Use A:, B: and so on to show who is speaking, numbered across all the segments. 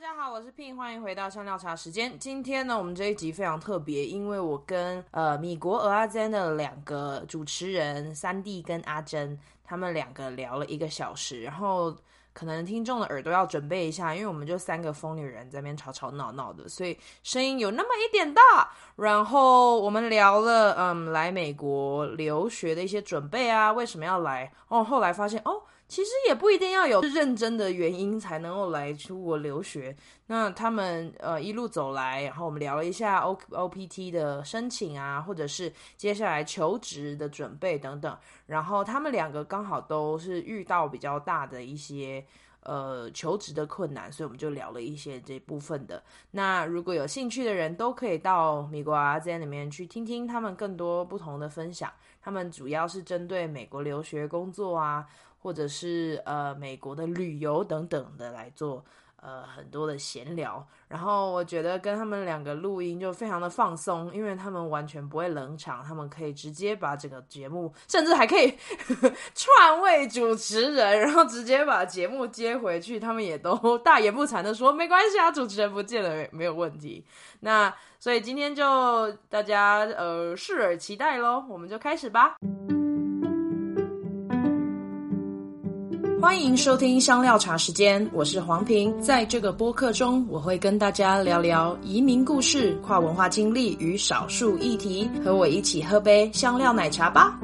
A: 家好，我是 Pin，欢迎回到香料茶时间。今天呢，我们这一集非常特别，因为我跟呃米国俄阿珍的两个主持人三弟跟阿珍，他们两个聊了一个小时，然后可能听众的耳朵要准备一下，因为我们就三个疯女人在那边吵吵闹闹的，所以声音有那么一点大。然后我们聊了嗯来美国留学的一些准备啊，为什么要来？哦，后来发现哦。其实也不一定要有认真的原因才能够来出国留学。那他们呃一路走来，然后我们聊了一下 O O P T 的申请啊，或者是接下来求职的准备等等。然后他们两个刚好都是遇到比较大的一些呃求职的困难，所以我们就聊了一些这部分的。那如果有兴趣的人都可以到米国 R Z 里面去听听他们更多不同的分享。他们主要是针对美国留学、工作啊。或者是呃美国的旅游等等的来做呃很多的闲聊，然后我觉得跟他们两个录音就非常的放松，因为他们完全不会冷场，他们可以直接把整个节目，甚至还可以 串位主持人，然后直接把节目接回去，他们也都 大言不惭的说没关系啊，主持人不见了没没有问题。那所以今天就大家呃拭耳期待喽，我们就开始吧。欢迎收听香料茶时间，我是黄平。在这个播客中，我会跟大家聊聊移民故事、跨文化经历与少数议题。和我一起喝杯香料奶茶吧！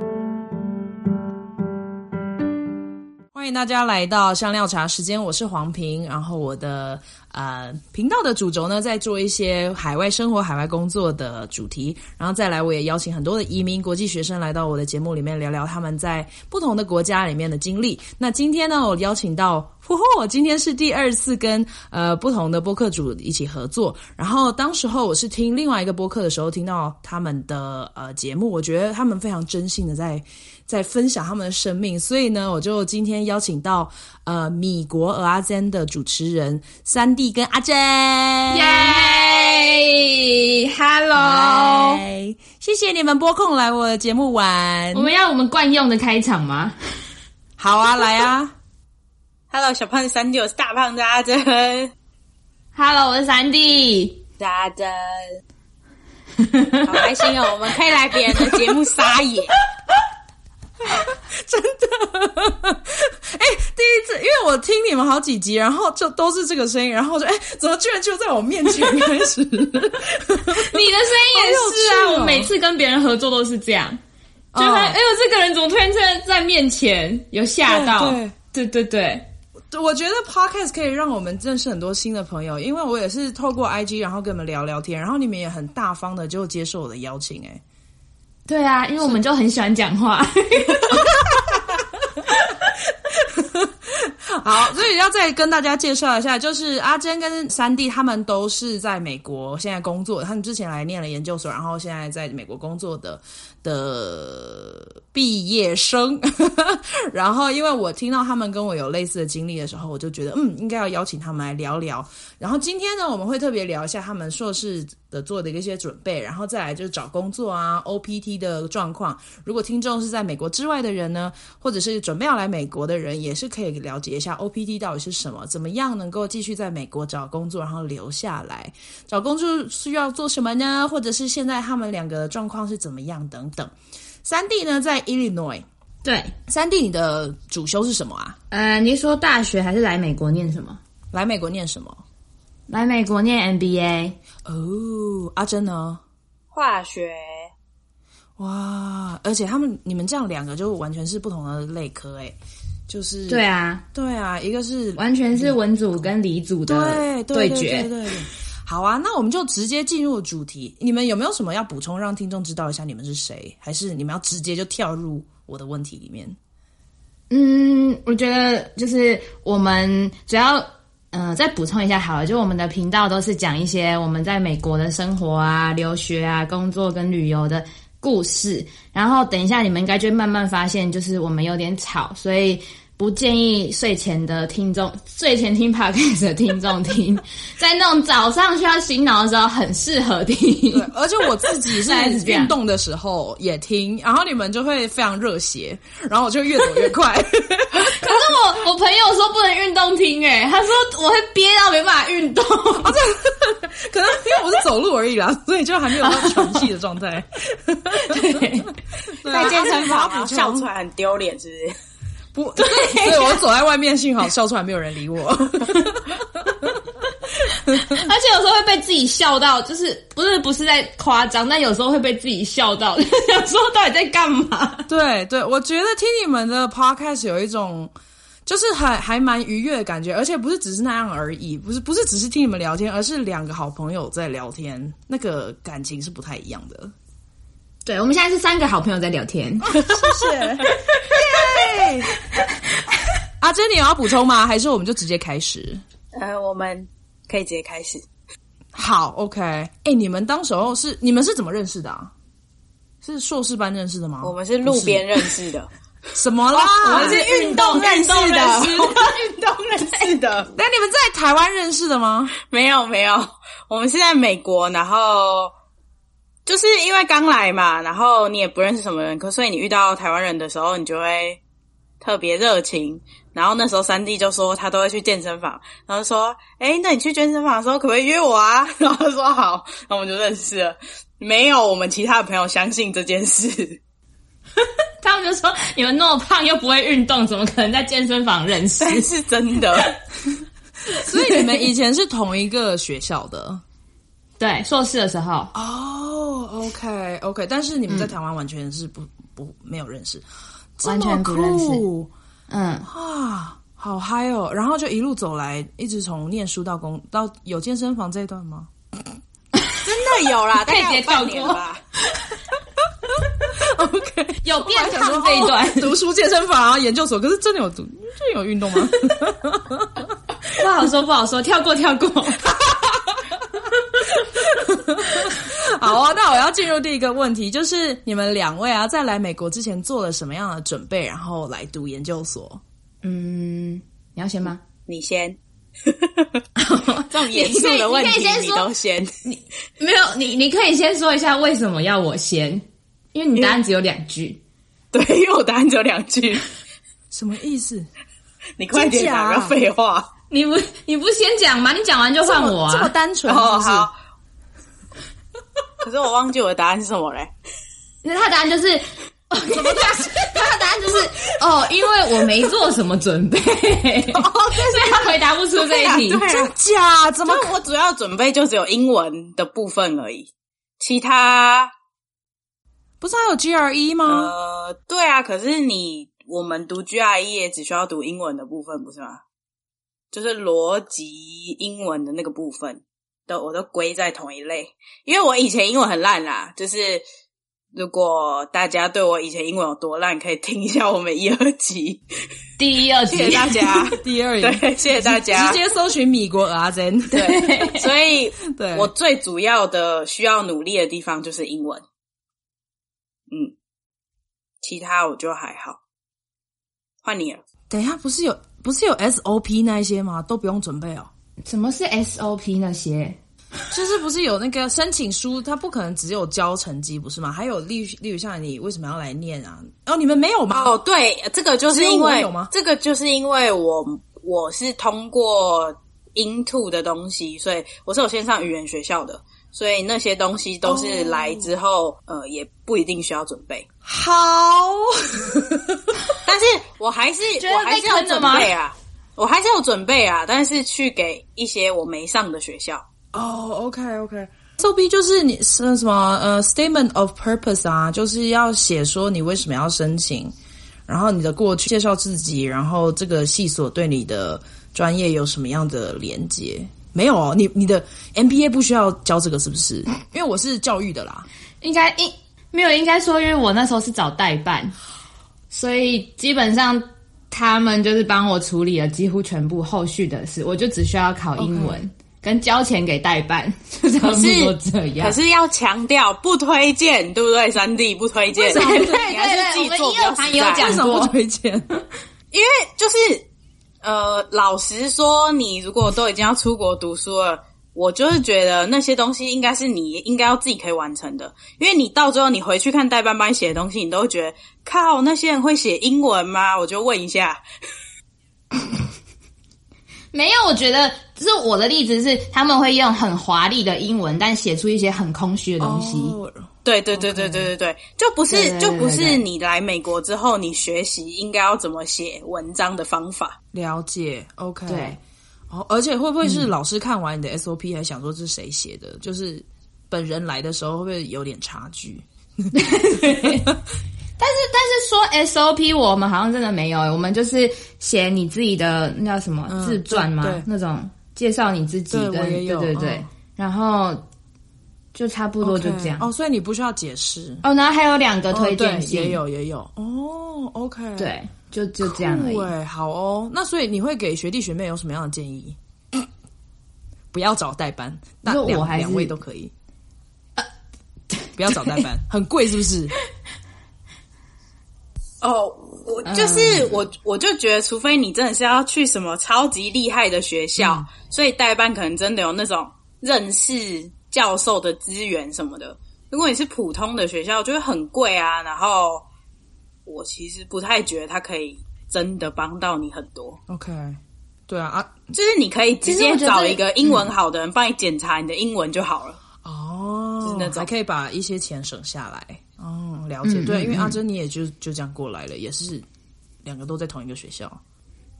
A: 欢迎大家来到香料茶时间，我是黄平。然后我的呃频道的主轴呢，在做一些海外生活、海外工作的主题。然后再来，我也邀请很多的移民国际学生来到我的节目里面聊聊他们在不同的国家里面的经历。那今天呢，我邀请到。嚯嚯！今天是第二次跟呃播。不同的播客主一起合作。然后当时候我是听另外一个播客的时候，听到他们的呃节目，我觉得他们非常真心的在在分享他们的生命。所以呢，我就今天邀请到呃米国俄阿珍的主持人三弟跟阿珍。
B: 耶！Hello，
A: 嗨谢谢你们拨空来我的节目玩
B: 我。们要我们惯用的开场吗？
A: 好啊，来啊！
C: Hello，小胖子三弟，我是大胖子阿珍，
B: Hello，我是三弟。
C: 阿珍，好开心哦！我们可以来别人的节目撒野，
A: 真的，哎、第一次，因为我听你们好几集，然后就都是这个声音，然后就哎、怎么居然就在我面前开始？
B: 你的声音
A: 好
B: 也是
A: 有
B: 啊，
A: 趣哦
B: 我每次跟别人合作都是这样， 就
A: 哦
B: 他，哎呦，这个人怎么突然在在面前，有吓到
A: 对，
B: 对对对，
A: 呃我觉得 podcast 可以让我们认识很多新的朋友，因为我也是透过 IG，然后跟你们聊聊天，然后你们也很大方的就接受我的邀请、 哎，
B: 对啊，因为我们就很喜欢讲话，
A: 好，所以要再跟大家介绍一下，就是阿珍跟三弟他们都是在美国现在工作，他们之前来念了研究所，然后现在在美国工作的的毕业生。然后因为我听到他们跟我有类似的经历的时候，我就觉得嗯，应该要邀请他们来聊聊。然后今天呢，我们会特别聊一下他们硕士的做的一些准备，然后再来就是找工作啊，OPT 的状况。如果听众是在美国之外的人呢，或者是准备要来美国的人，也是可以了解一下 OPT 到底是什么，怎么样能够继续在美国找工作，然后留下来。找工作需要做什么呢？或者是现在他们两个的状况是怎么样等等。三弟呢，在 Illinois。
B: 对，
A: 三弟，你的主修是什么啊？
B: 呃，你说大学还是来美国念什么？
A: 来美国念什么？
B: 来美国念 MBA，
A: 哦，阿珍呢？
C: 化学
A: 哇！而且他们你们这样两个就完全是不同的类科诶，就是
B: 对啊，
A: 对啊，一个是
B: 完全是文组跟理组的
A: 对对
B: 决，
A: 对对对对好啊，那我们就直接进入主题。你们有没有什么要补充，让听众知道一下你们是谁？还是你们要直接就跳入我的问题里面？
B: 嗯，我觉得就是我们主要。呃，再补充一下好了，就我们的频道都是讲一些我们在美国的生活啊、留学啊、工作跟旅游的故事。然后等一下你们应该就会慢慢发现，就是我们有点吵，所以不建议睡前的听众，睡前听 podcast 的听众听，在那种早上需要醒脑的时候，很适合
A: 对
B: 听。，
A: 而且我自己是
B: 大概是这样
A: 运动的时候也听，然后你们就会非常热血，然后我就越走越快。
B: 可是我我朋友说不能运动听、欸，他说我会憋到没办法运动。
A: 可能因为我是走路而已啦，所以就还没有到喘气的状态。
B: 对，
A: 对啊
D: 在健身
E: 然
D: 房
E: 后
D: 啊
E: 笑出来很丢脸，是不是？
A: 不，对，所以 我走在外面，幸好笑出来没有人理我。
B: 而且有时候会被自己笑到，就是不是不是在夸张，但有时候会被自己笑到， 就想说到底在干嘛？
A: 对对，我觉得听你们的 podcast 有一种。就是还还蛮愉悦的感觉，而且不是只是那样而已，不是不是只是听你们聊天，而是两个好朋友在聊天，那个感情是不太一样的。
B: 对，我们现在是三个好朋友在聊天。
A: 阿珍，你有要补充吗？还是我们就直接开始？
E: 呃，我们可以直接开始。
A: 好，OK。哎、你们当时候是你们是怎么认识的、啊？是硕士班认识的吗？
E: 我们哦是路边认识的，
A: 不是什么啦？
E: 我们是运动认识
A: 啊运动认识
E: 的，我们是 运动认识 的。
A: 那你们在台湾认识的吗？
E: 没有没有，我们是在美国，然后就是因为刚来嘛，然后你也不认识什么人，可所以你遇到台湾人的时候，你就会特别热情。然后那时候三弟就说他都会去健身房，然后说：“哎，那你去健身房的时候可不可以约我啊？”然后他说好，然后我们就认识了。没有，我们其他的朋友相信这 件事，
B: 他们就说你们那么胖又不会运动，怎么可能在健身房认识？
E: 但是真的。
A: 所以你们以前是同一个学校的
B: 对，硕士的时候，
A: 哦，OK，OK、o k OK，但是你们在台湾完全是不、不没有认识，
B: 完全不认识
A: 这么酷
B: 嗯，
A: 啊，好嗨哦！然后就一路走来，一直从念书到工到有健身房这一段 吗？
E: 真的有啦，
B: 可以
E: 大
B: 直接
E: 概有半
B: 跳
E: 年
B: 过
E: 吧。
B: 有变
A: 想
B: 胖
A: 说
B: 这一段，
A: 哦 读书、健身房、啊、研究所，可是真的有读，真的有运动吗？
B: 不好说，不好说，跳过，跳 过。
A: 好啊，那我要进入第一个问题，就是你们两位啊，在来美国之前做了什么样的准备，然后来读研究所？
B: 嗯，你要先吗？
E: 你先，这种严肃的 问
B: 你可
E: 题
B: 以先
E: 你
B: 说
E: 都先。
B: 没有，你你可以先说一下为什么要我先，因为你
E: 嗯
B: 答案只有两句。
E: 对，因为我答案只有两句，
A: 什么意思？
E: 你快点
A: 真假
E: 讲，不要废话。
B: 你不你不先讲吗？你讲完就换我
A: 这么
B: 啊！
A: 单纯是
E: 哦，
A: 不是？
E: 好。 可是我忘记我的答案是什么嘞？
B: 那他答案就是，他 的答案就是哦，因为我没做什么准 备，所哦以他回答不出这一 题。
E: 对啊，
A: 假？怎么
E: 就我主要准备就只有英文的部分而已，其他
A: 不是还有 GRE 吗？
E: 呃，对啊。可是你我们读 GRE 也只需要读英文的部分，不是吗？就是逻辑英文的那个部分，都我都归在同一类。因为我以前英文很烂啦，就是如果大家对我以前英文有多烂，可以听一下我们一二集。
B: 第一二题
E: 谢谢大 家，
A: 第二
E: 嗯对，谢谢大家
A: 直。接搜寻米国阿珍。
E: 对， 所以
A: 对，
E: 我最主要的需要努力的地方就是英文，嗯，其他我就还好。换你了，
A: 等一下不是有不是有 SOP 那一些吗？都不用准备哦。
B: 什么是 SOP 那些？
A: 就是不是有那个申请书，它不可能只有交成绩，不是吗？还有例如例如像你为什么要来念啊？哦，你们没有吗？
E: 哦，对，这个就是因
A: 只有我
E: 为
A: 有吗
E: 这个就是因为我我是通过 into 的东西，所以我是有线上语言学校的，所以那些东西都是来之后，呃，也不一定需要准备。
A: 好，
E: 但是我还是
B: 得
E: 我还是
B: 被
E: 有
B: 坑了
E: 准
B: 吗
E: 备啊，我还是有准备啊，但是去给一些我没上的学校。
A: 哦，OK，OK、o k OK。作弊就是你是什么呃 statement of purpose 啊，就是要写说你为什么要申请，然后你的过去介绍自己，然后这个系所对你的专业有什么样的连接？没有哦，你你的 MBA 不需要教这个是不是？因为我是教育的 啦。
B: 应该应没有应该说，因为我那时候是找代办，所以基本上他们就是帮我处理了几乎全部后续的事，我就只需要考英文跟交钱给代办， 就差不多这样。
E: 可是要强调不推荐，对不对？三弟不推荐，
B: 对对对
E: 你还是自己
B: 我们
E: 做
B: 一
E: 比较
B: 二
E: 实
B: 班有
E: 在
B: 讲
A: 为什么不推荐？
E: 因为就是呃，老实说，你如果都已经要出国读书了，我就是觉得那些东西应该是你应该要自己可以完成的，因为你到最后你回去看代班班写的东西，你都会觉得靠那些人会写英文吗？我就问一下，
B: 没有，我觉得就是我的例子是他们会用很华丽的英文，但写出一些很空虚的东西。
A: 哦
E: 对对对对对对对，就不
B: 对
E: 是
B: 对
E: 就不
B: 对对
E: 是你来美国之后你学习应该要怎么写文章的方法，
A: 了解，OK，
B: 对，
A: 哦，而且会不会是老师看完你的 SOP 还想说这是谁写的？就是本人来的时候会不会有点差距？
B: 但是但是说 SOP 我们好像真的没有，我们就是写你自己的那叫什么、
A: 嗯
B: 自传嘛
A: 对对，
B: 那种介绍你自己
A: 对
B: 跟
A: 我也
B: 对
A: 有
B: 对对，
A: 嗯
B: 然后就差不多就这样。
A: OK，哦，所以你不需要解释。
B: 哦，然后还有两个推
A: 哦
B: 荐
A: 对
B: 信，
A: 也有也有哦，OK，，
B: 对，就就这样而已。
A: 对，好哦。那所以你会给学弟学妹有什么样的建 议？不要找代班，那
B: 说我
A: 两
B: 还是呃
A: 两位都可以。不要找代班，很贵是不 是？
E: 哦，我
B: 嗯
E: 就是、我，我就觉得，除非你真的是要去什么超级厉害的学校，
B: 嗯
E: 所以代办可能真的有那种认识教授的资源什么的。如果你是普通的学校，就会很贵啊。然后我其实不太觉得他可以真的帮到你很多，
A: OK，对啊啊
E: 就是你可以直
B: 其实
E: 接
B: 我觉得
E: 找一个英文好的人帮你检查你的英文就好了。
A: 哦
E: 是那种
A: 还可以把一些钱省下来。哦，了
B: 嗯
A: 解，对，因为阿珍你也就就这样过来了，也是两个都在同一个学校。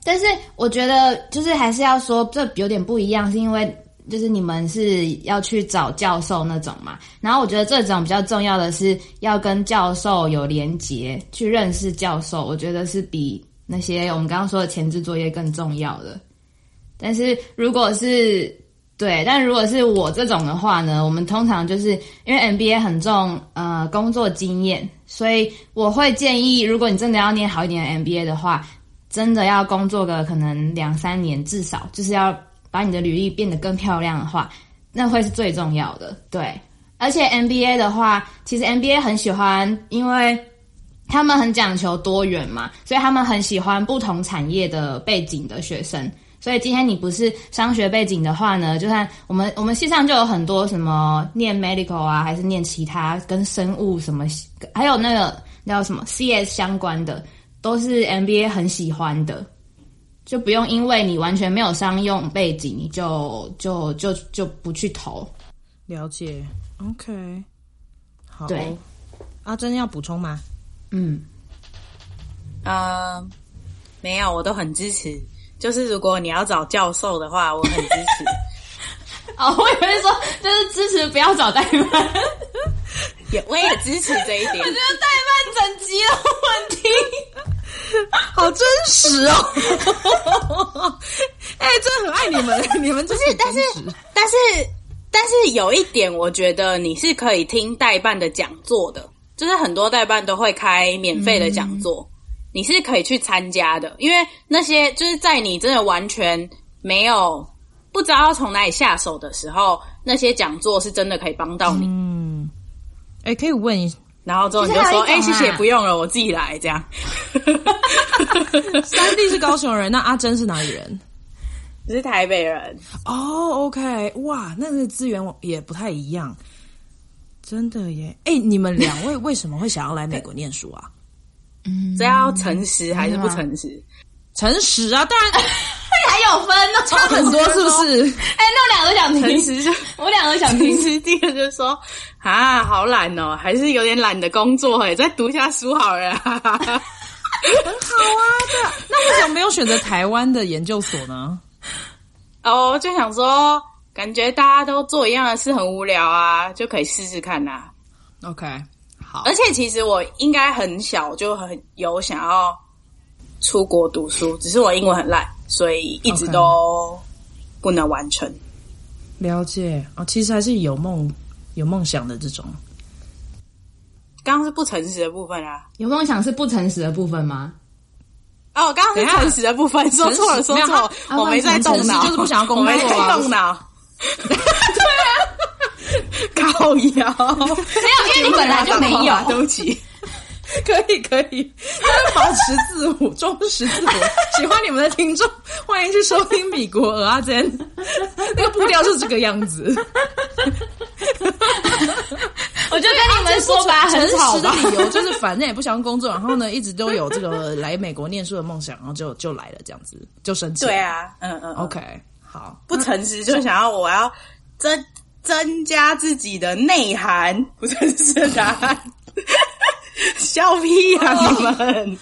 B: 但是我觉得就是还是要说，这有点不一样，是因为就是你们是要去找教授那种嘛。然后我觉得这种比较重要的是要跟教授有连结，去认识教授，我觉得是比那些我们刚刚说的前置作业更重要的。但是如果是对，但如果是我这种的话呢，我们通常就是因为 MBA 很重呃工作经验，所以我会建议，如果你真的要念好一点的 MBA 的话，真的要工作个可能两三年，至少就是要把你的履历变得更漂亮的话，那会是最重要的。对，而且 MBA 的话，其实 MBA 很喜欢，因为他们很讲求多元嘛，所以他们很喜欢不同产业的背景的学生。所以今天你不是商学背景的话呢，就算我们我们系上就有很多什么念 medical 啊，还是念其他跟生物什么，还有那个那叫什么 CS 相关的，都是 MBA 很喜欢的，就不用因为你完全没有商用背景，你就就就就不去投。
A: 了解，OK，好。
B: 对，
A: 阿珍要补充吗？
B: 嗯，
E: 呃，没有，我都很支持。就是如果你要找教授的话，我很支持。
B: 哦，我以为说就是支持不要找代办，
E: 也我也支持这一点。
B: 就是代办整集的问题。
A: 好真实哦！ 哎、真的很爱你 们，你们不是，但是
E: 但是，但是有一点，我觉得你是可以听代办的讲座的，就是很多代办都会开免费的讲座，
B: 嗯
E: 你是可以去参加的，因为那些就是在你真的完全没有不知道从哪里下手的时候，那些讲座是真的可以帮到你。
A: 哎、可以问一下，
E: 然后之后你就
B: 嗯其实还
E: 说
B: 有：“一
E: 哎、
B: 种啊
E: 谢谢，不用了，我自己来。” 这样，
A: 三弟是高雄人，那阿珍是哪里人？
E: 你是台北人，
A: 哦、o k 哇，那个资源也不太一样，真的耶！哎、你们两位 为什么会想要来美国念书啊？
E: 这要诚实还是不
B: 嗯啊
E: 诚实？
A: 诚实啊，当然
B: 还有分哦，差
A: 差 很多，是不？是？
B: 哎、那我两个都想
E: 诚
B: 听，
E: 实就
B: 我两个都想
E: 平
B: 听。
E: 时第一个就说啊，好懒哦，还是有点懒的工作哎，再读一下书好了、 啊。
A: 好啊，对，那为什么没有选择台湾的研究所呢？
E: 哦，就想说，感觉大家都做一样的事很无聊啊，就可以试试看呐、啊
A: ？OK，好
E: 而，且其实我应该很小就很有想要出国读书，只是我英文很烂，所以一直
A: OK
E: 都不能完成。
A: 了解哦，其实还是有梦有梦想的这种。
E: 刚刚是不诚实的部分啊。
B: 有梦想是不诚实的部分吗？
E: 哦，刚刚是诚实的部分，说错了，
A: 诚实
E: 说错了，
B: 没有他
E: 我没在
A: 他
E: 动脑，
A: 诚实就是不想要工
E: 我
A: 作啊
E: 没在动脑。对啊，高腰，
B: 没有，因为你本来就没有。
E: 对不起。
A: 可以可以，就是保持自我，忠实自我。喜欢你们的听众，欢迎去收听米国鹅阿 珍，那个步调就是这个样子。
B: 我就跟你
A: 啊
B: 们说吧，
A: 诚
B: 很好
A: 实的
B: 吧。
A: 理由就是，反正也不想工作，然后呢，一直都有这个来美国念书的梦想，然后就就来了，这样子就生气。
E: 对，啊，嗯嗯嗯
A: ，OK，好，
E: 不诚实就想要我要增增加自己的内涵， 不诚实的答案，笑屁啊、你们！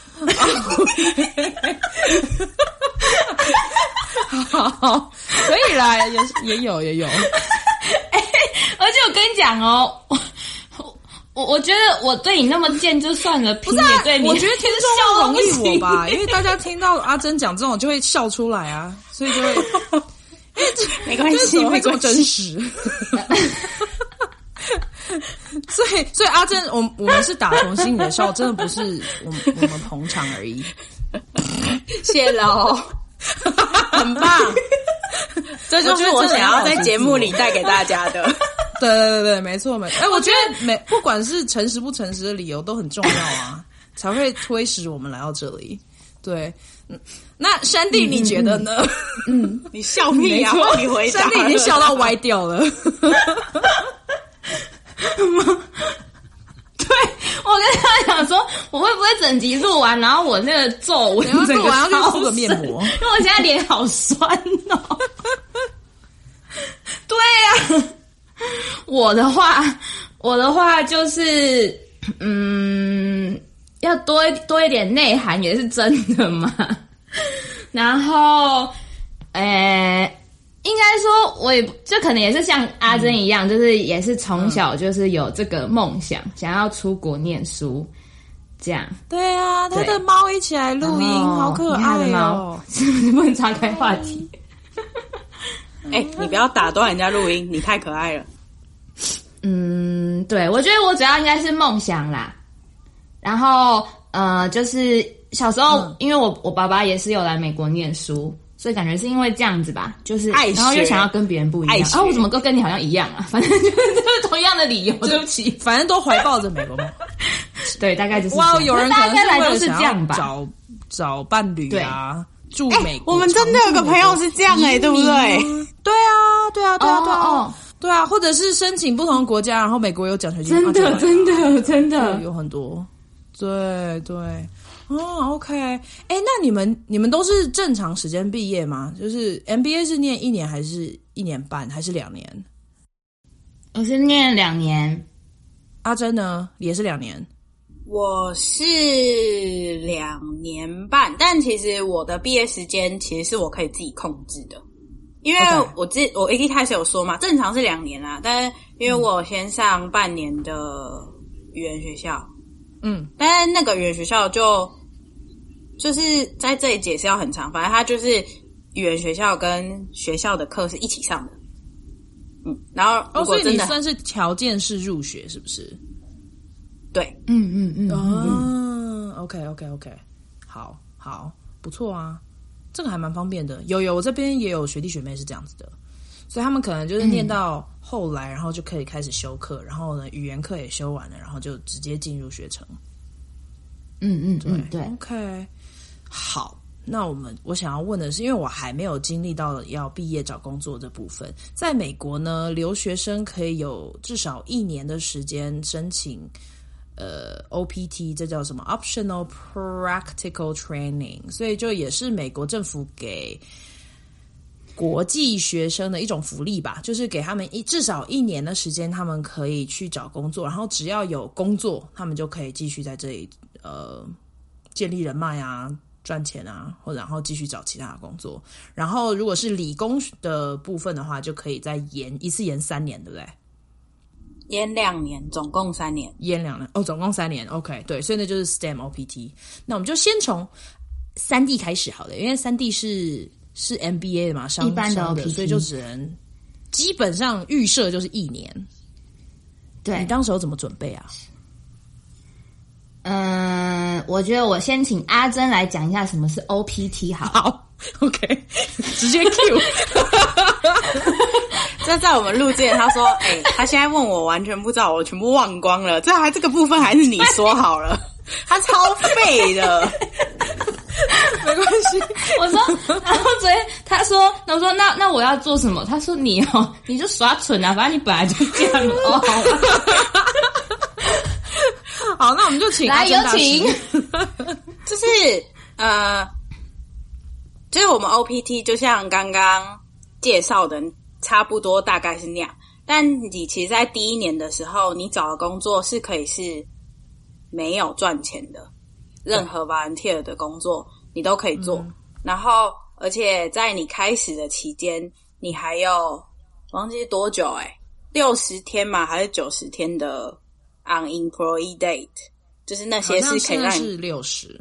A: 好，哦可以啦，也是 也有也有，
B: 而且我跟你讲哦，我我我觉得我对你那么贱就算了，拼也对你，
A: 啊我觉得听众会
B: 笑到
A: 同
B: 不行
A: 意我吧， 因为大家听到阿珍讲这种就会笑出来啊，所以就会
E: 没关
A: 这怎
E: 系，
A: 么
E: 没
A: 会这么
E: 关
A: 真
E: 系。
A: 实？所以，所以阿珍，我我们是打从心里的笑，真的不是我们我们捧场而已。
E: 谢喽，很棒，这就是我想要在节目里带给大家的。
A: 对对对对，没错没。哎、我觉得每不管是诚实不诚实的理由都很重要啊， 才会推使我们来到这里。对，嗯那山地你觉得呢？
E: 你笑屁啊！你回答
A: 山
E: 了，
A: 地已经笑到歪掉了。
B: 对，我跟他讲说，我会不会整集录完，然后我那个皱纹
A: 等一下
B: 整
A: 录完要去
B: 超
A: 敷个面
B: 深
A: 膜
B: 因为我现在脸好酸哦。对呀、我的话，我的话就是，嗯，要多一多一点内涵也是真的嘛。然后，诶、应该说，我也不就可能也是像阿珍一样，就是也是从小就是有这个梦想，想要出国念书，这样。
A: 对啊，他
B: 对
A: 的猫一起来录音，
B: 哦
A: 好可爱
B: 你看了
A: 哦
B: 吗。是不是不能岔开话题？
E: 哎、你不要打断人家录音，你太可爱了。
B: 嗯，对，我觉得我主要应该是梦想啦。然后，呃，就是小时候，因为我我爸爸也是有来美国念书，所以感觉是因为这样子吧，就是
E: 爱
B: 然后
E: 学
B: 又想要跟别人不一样
E: 爱。学
B: 啊，我怎么跟跟你好像一样啊？反正就是就是 同样的理由，对不起。
A: 反正都怀抱着美国梦。
B: 对，大概就是这 样
A: 哇，有人可
B: 大
A: 能
B: 家来
A: 为
B: 都
A: 了
B: 是
A: 想
B: 这
A: 要
B: 样吧？
A: 找找伴侣啊，住
E: 哎、
A: 美国。
E: 我们真的有个
A: 常住美国
E: 朋友是这样哎、对不对？
A: 对啊，对啊，对啊，对啊，
B: 哦哦
A: 对啊，或者是申请不同国家，然后美国有奖学金，
B: 真
A: 啊
B: 的，
A: 就来
B: 真的，真
A: 了
B: 的，
A: 有很多。对对，哦，OK，哎，那你们你们都是正常时间毕业吗？就是 MBA 是念一年还是一年半还是两年？
B: 我是念两年，
A: 阿珍呢也是两年，
E: 我是两年半，但其实我的毕业时间其实是我可以自己控制的，因为
A: OK
E: 我自我一开始有说嘛，正常是两年啦，但是因为我先上半年的语言学校，
A: 嗯，
E: 但是那个语言学校就就是在这里解释要很长，反正它就是语言学校跟学校的课是一起上的，嗯，然后
A: 哦，
E: 如
A: 所
E: 果
A: 以
E: 真
A: 你
E: 的、
A: 算是条件式入学是不是？
E: 对，
B: 嗯嗯嗯嗯，
A: 嗯 o k OK OK，好好不错啊，这个还蛮方便的。有有，我这边也有学弟学妹是这样子的，所以他们可能就是念到后来，然后就可以开始修课，然后呢，语言课也修完了，然后就直接进入学程。
B: 嗯嗯嗯，对，
A: OK，好，那我们我想要问的是，因为我还没有经历到要毕业找工作这部分，在美国呢，留学生可以有至少一年的时间申请。呃，OPT 这叫什么？Optional Practical Training，所以就也是美国政府给国际学生的一种福利吧，就是给他们一至少一年的时间，他们可以去找工作，然后只要有工作，他们就可以继续在这里呃建立人脉啊、赚钱啊，或然后继续找其他的工作。然后如果是理工的部分的话，就可以再延一次延三年，对不对？
E: 延两年，总共三年。
A: 延两年哦，总共三年。OK，对，所以那就是 E STEM OPT。那我们就先从三 D 开始好了，因为三 D 是是 MBA 的嘛，商
B: 一般的
A: 商
B: OPT
A: 所以就只能基本上预设就是一年。
B: 对
A: 你，当时候怎么准备啊？
B: 嗯，我觉得我先请阿珍来讲一下什么是 OPT 好。
A: 好，OK，直接 Q。
E: 这在我们录之前，他说：“哎、他现在问我，完全不知道，我全部忘光了。这还这个部分还是你说好了。他超废的。
A: 没关系，
B: 我说，然后昨天他说，那我说那那我要做什么？他说你哦，你就耍蠢啊，反正你本来就这样哦。
A: 好，那我们就请
B: 来
A: 阿珍大
B: 有请
A: 师
E: 就是呃，就是我们 OPT 就像刚刚介绍的，差不多大概是那样。但你其实，在第一年的时候，你找的工作是可以是没有赚钱的，任何 volunteer 的工作你都可以做。然后，而且在你开始的期间，你还有忘记多久哎、六十天嘛，还是九十天的 unemployed date，就是那
A: 好
E: 些
A: 像
E: 是可以
A: 现在
E: 让你
A: 是六十，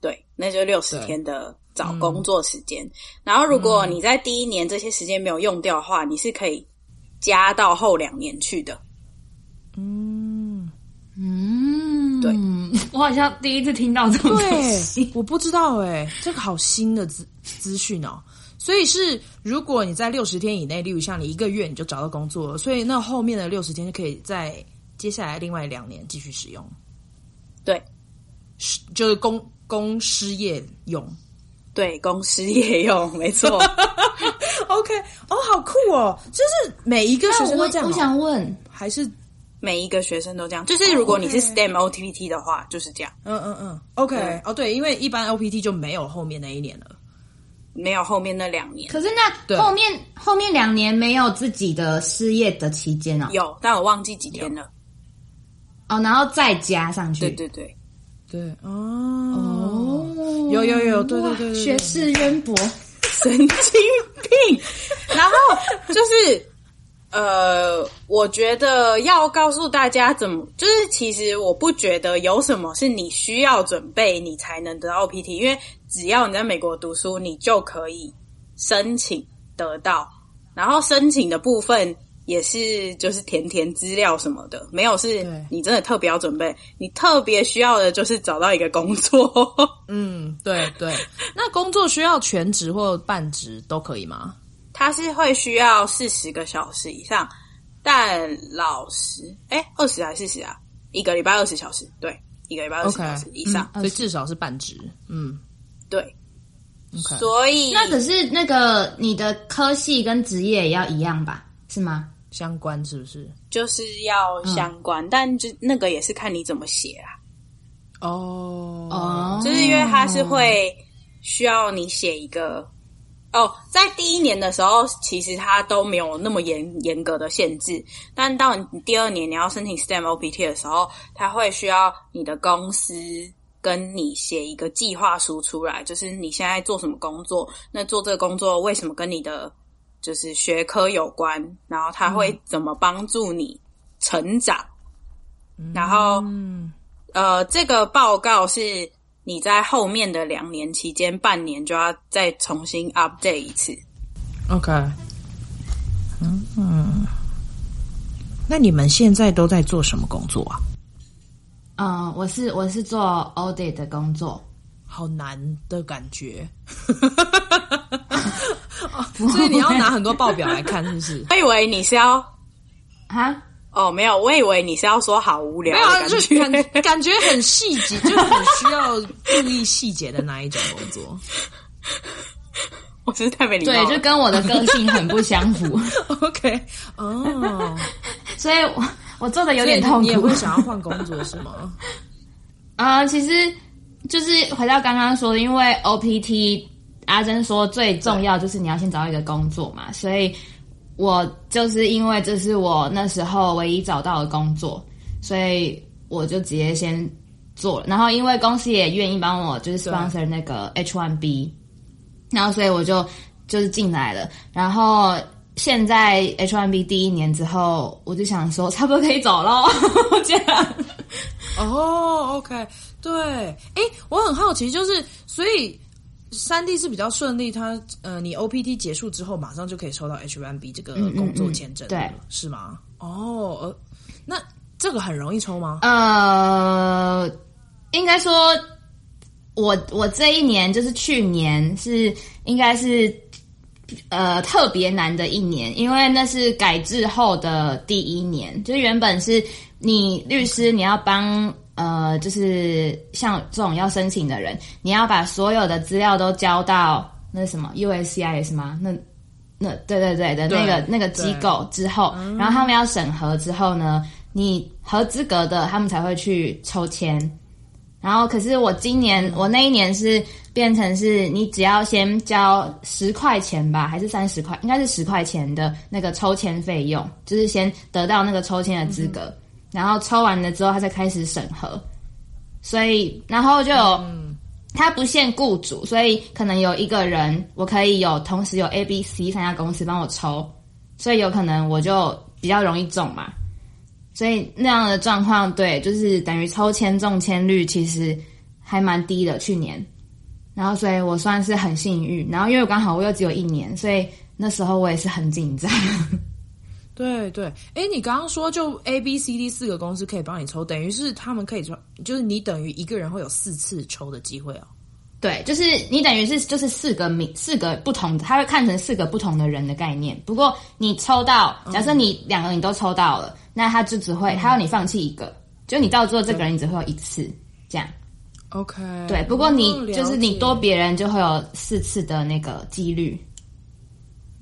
E: 对，那就六十
A: 对
E: 天的找工作时间。然后，如果你在第一年这些时间没有用掉的话，你是可以加到后两年去的。
A: 嗯，
B: 嗯，
E: 对，
B: 我好像第一次听到这种东
A: 对
B: 西，。
A: 我不知道哎、这个好新的资资讯哦。所以是，如果你在六十天以内，例如像你一个月你就找到工作了，所以那后面的六十天就可以在接下来另外两年继续使用，
E: 对
A: 是就是供供失业用。
E: 对，公司也有，没错。
A: OK，哦，好酷哦！就是每一个学生
B: 那
A: 都
B: 我
A: 这样、哦
B: 我想问，
A: 还是
E: 每一个学生都这样，就是如果你是 STEM OTPT 的话，就是这样，
A: 嗯嗯嗯，OK，
E: 对
A: 哦对，因为一般 LPT 就没有后面那一年了。
E: 没有后面那两年
B: 可是
A: 对
B: 那后面后面两年没有自己的事业的期间哦，
E: 有，但我忘记几天了。
B: 哦，然后再加上去，
E: 对对对，
A: 对，哦，
B: 哦，
A: 有有有对对
B: 哇
A: 对对对
B: 学识渊博，
E: 神经病。 然后就是呃，我觉得要告诉大家怎么，就是其实我不觉得有什么是你需要准备你才能得到 PT，因为只要你在美国读书，你就可以申请得到。然后申请的部分也是就是填填资料什么的，没有是
A: 对
E: 你真的特别要准备，你特别需要的就是找到一个工作。
A: 嗯，对对。 那工作需要全职或半职都可以吗？
E: 它是会需要四十个小时以上，但老师，哎，二十还是四十啊？一个礼拜二十小时，对，一个礼拜二
A: OK
E: 十小时以上，
A: 呃
B: 嗯
A: 所以至少是半职。嗯
E: 对，
A: ，OK。
E: 所以
B: 那可是那个你的科系跟职业也要一样吧？是吗？
A: 相关是不是？
E: 就是要
A: 嗯
E: 相关，但就那个也是看你怎么写啊，
A: 哦
B: 哦，
E: 就是因为它是会需要你写一个。哦，在第一年的时候，其实它都没有那么严严格的限制，但到你第二年你要申请 STEM OPT 的时候，它会需要你的公司跟你写一个计划书出来，就是你现在做什么工作，那做这个工作为什么跟你的就是学科有关，然后它会怎么帮助你成长，然后
A: 嗯
E: 呃，这个报告是你在后面的两年期间，半年就要再重新 update 一次。
A: ，OK。嗯嗯。那你们现在都在做什么工作啊？
B: 嗯，我是我是做 audit 的工作，
A: 好难的感觉。 所以你要拿很多报表来看，是不是？
E: 我以为你是要
B: 哈，
E: 哦，没有，我以为你是要说好无 聊
A: 没有啊，
E: 的
A: 就
E: 感
A: 是
E: 觉。
A: 感感觉很细节，就很需要注意细节的那一种工作。
E: 我真是太没礼貌
B: 对
E: 了。，
B: 就跟我的个性很不相符，
A: OK，哦，
B: 所以我我做的有
A: 有
B: 点痛
A: 你也
B: 苦
A: 会。想要换工作是吗？
B: 啊、其实就是回到刚刚说的，因为 OPT 阿珍说最重要就是你要先找到一个工作嘛，所以我就是因为这是我那时候唯一找到的工作，所以我就直接先做了。然后因为公司也愿意帮我就是 sponsor 那个 H1B，然后所以我就就是进来了。然后现在 H1B 第一年之后，我就想说差不多可以走 喽，这样。
A: 哦，OK，对，诶，我很好奇，就是所以三 D 是比较顺利，它呃，你 OPT 结束之后马上就可以收到 H1B 这个工作签证了，
B: 嗯对
A: 是吗？哦，呃，那这个很容易抽吗？
B: 呃，应该说，我我这一年就是去年是应该是呃特别难的一年，因为那是改制后的第一年，就是原本是你律师你要帮呃，就是像这种要申请的人，你要把所有的资料都交到那是什么 USCIS 吗？那那对对对嗯的那个那个机构之后，然后他们要审核之后呢，你合资格的，他们才会去抽签。然后，可是我今年我那一年是变成是你只要先交十块钱吧，还是三十块？应该是十块钱的那个抽签费用，就是先得到那个抽签的资格。然后抽完了之后，他再开始审核。所以，然后就有、他不限雇主，所以可能有一个人，我可以有同时有 A、B、C 三家公司帮我抽，所以有可能我就比较容易中嘛。所以那样的状况，对，就是等于抽签中签率其实还蛮低的，去年。然后，所以我算是很幸运。然后，因为我刚好我又只有一年，所以那时候我也是很紧 张。
A: 对对，哎，你刚刚说就 A、B、C、D 四个公司可以帮你抽，等于是他们可以抽，就是你等于一个人会有四次抽的机会哦。
B: 对，就是你等于是就是四个名四个不同的，他会看成四个不同的人的概念。不过你抽到，假设你两个你都抽到了，那他就只会他要你放弃一个，就你到最后这个人你只会有一次这样。
A: OK，
B: 对，不过你、
A: 哦
B: 就是你多别人就会有四次的那个几率。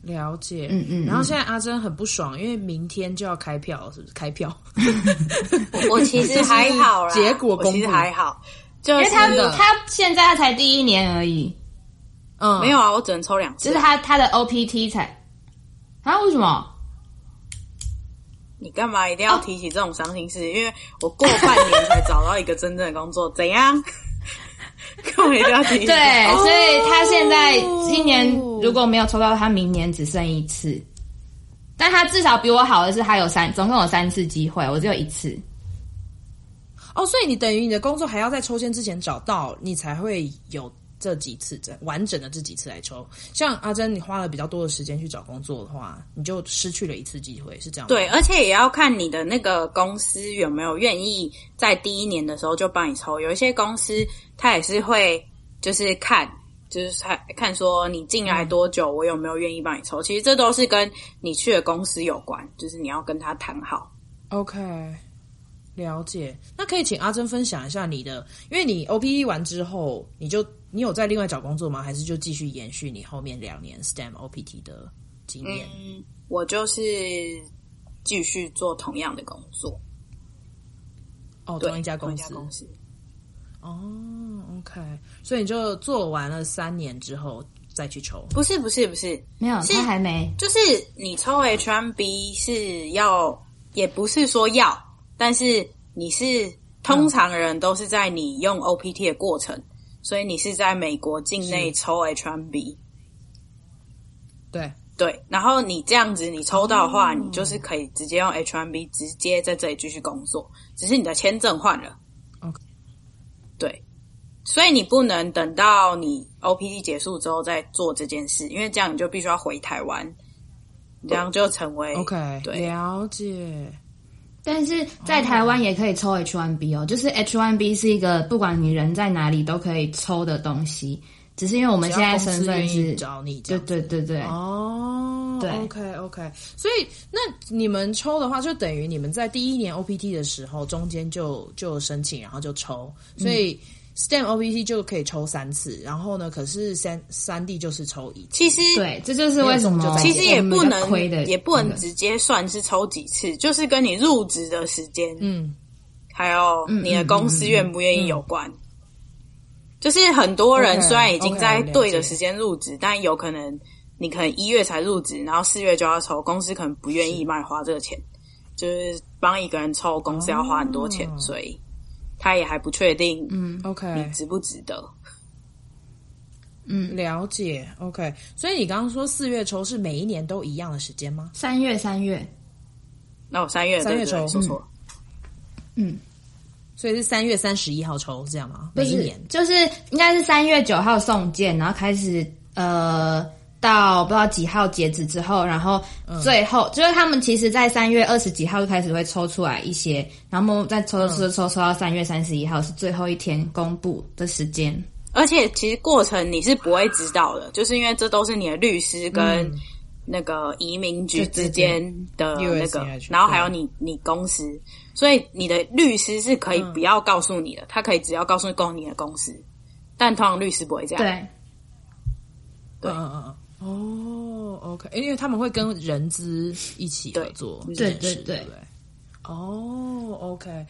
A: 了解，
B: 嗯嗯嗯
A: 然后现在阿珍很不爽，因为明天就要开票了，是不是？开票，
E: 我其实还好啦，
A: 就是结果公布
E: 我其实还好，就
B: 因
E: 是
B: 为他他现在才第一年而已，
A: 嗯，
E: 没有啊，我只能抽两次。
B: 就是他他的 OPT 才啊？为什么？
E: 你干嘛一定要提起这种伤心事？因为我过半年才找到一个真正的工作，怎样？ 干嘛一定要提 起？
B: 对，哦所以他现在今年如果没有抽到，他明年只剩一次。但他至少比我好的是，他有三，总共有三次机会，我只有一次。
A: 哦，所以你等于你的工作还要在抽签之前找到，你才会有这几次这完整的这几次来抽。像阿珍，你花了比较多的时间去找工作的话，你就失去了一次机会，是这样吗？
E: 对，而且也要看你的那个公司有没有愿意在第一年的时候就帮你抽。有一些公司他也是会就是看，就是看看说你
A: 嗯
E: 进来多久，我有没有愿意帮你抽。其实这都是跟你去的公司有关，就是你要跟他谈好。
A: ，OK，了解。那可以请阿珍分享一下你的，因为你 OPE 完之后，你就你有在另外找工作吗？还是就继续延续你后面两年 E STEM OPT 的经验？
E: 嗯，我就是继续做同样的工作，
A: 哦，
E: 对，
A: 同一家公
E: 同一
A: 司
E: 家。公司。
A: 哦，OK，所以你就做完了三年之后再去抽。
E: 不是不是不是，
B: 没有，
E: 是
B: 他还没。
E: 就是你抽 H1B 是要，也不是说要，但是你是通常人都是在你用 OPT 的过程，所以你是在美国境内抽 H1B。
A: 对，
E: 对，然后你这样子，你抽到的话，你就是可以直接用 H1B 直接在这里继续工作，只是你的签证换了。
A: OK
E: 对，所以你不能等到你 OPT 结束之后再做这件事，因为这样你就必须要回台湾，你这样就成为
A: OK，
E: 对
A: 了解。
B: 但是在台湾也可以抽 H1B 哦，就是 H1B 是一个不管你人在哪里都可以抽的东西，只是因为我们现在身份
A: 只要公司愿
B: 是
A: 意，找你这
B: 对
A: 样。
B: 对对对，
A: 哦，
B: 对
A: o k OK，所以那你们抽的话，就等于你们在第一年 OPT 的时候，中间就就申请，然后就抽，所以 STEM OPT 就可以抽三次，然后呢，可是三三 D 就是抽一次，
E: 其实
B: 对，这就是为什么
A: 其
E: 其实也不
B: 我们比较
E: 能
B: 亏的，
E: 也不能
B: 对
E: 直接算是抽几次，就是跟你入职的时间，
A: 嗯，
E: 还有你的公司愿不愿意有关。就是很多
A: OK，
E: 人虽然已经
A: OK，
E: 在
A: 了
E: 对
A: 解
E: 的时间入职，但有可能你可能一月才入职，然后四月就要抽，公司可能不愿意帮你花这个钱，就是帮一个人抽，公司要花很多钱，
A: 哦
E: 所以他也还不确定
B: 嗯
A: OK，
E: 你值不值得。
B: 嗯，
A: 了解，OK。所以你刚刚说四月抽是每一年都一样的时间吗？
B: 三月三月，
E: 那我三月
A: 三月
E: 对对对
A: 抽
E: 说错了，
B: 嗯。
A: 所以是三月三十一号抽，是这样吗？
B: 不
A: 每一
B: 是
A: 年，
B: 就是应该是三月九号送件，然后开始呃到不知道几号截止之后，然后最后、就是他们其实在三月二十几号就开始会抽出来一些，然后再抽抽抽抽抽到三月三十一号是最后一天公布的时间。嗯
E: 而且其实过程你是不会知道的，就是因为这都是你的律师跟那个移民局
A: 对对
E: 之间的那个
A: USCIS，，
E: 然后还有你你公司，所以你的律师是可
B: 嗯
E: 以不要告诉你的，他可以只要告诉供你的公司，但通常律师不会这样。
B: 对，
E: 对
A: 嗯嗯嗯，哦，OK，因为他们会跟人资一起合作
E: 对
A: 这件
B: 对
A: 事，
B: 对
A: 对不对？哦，OK，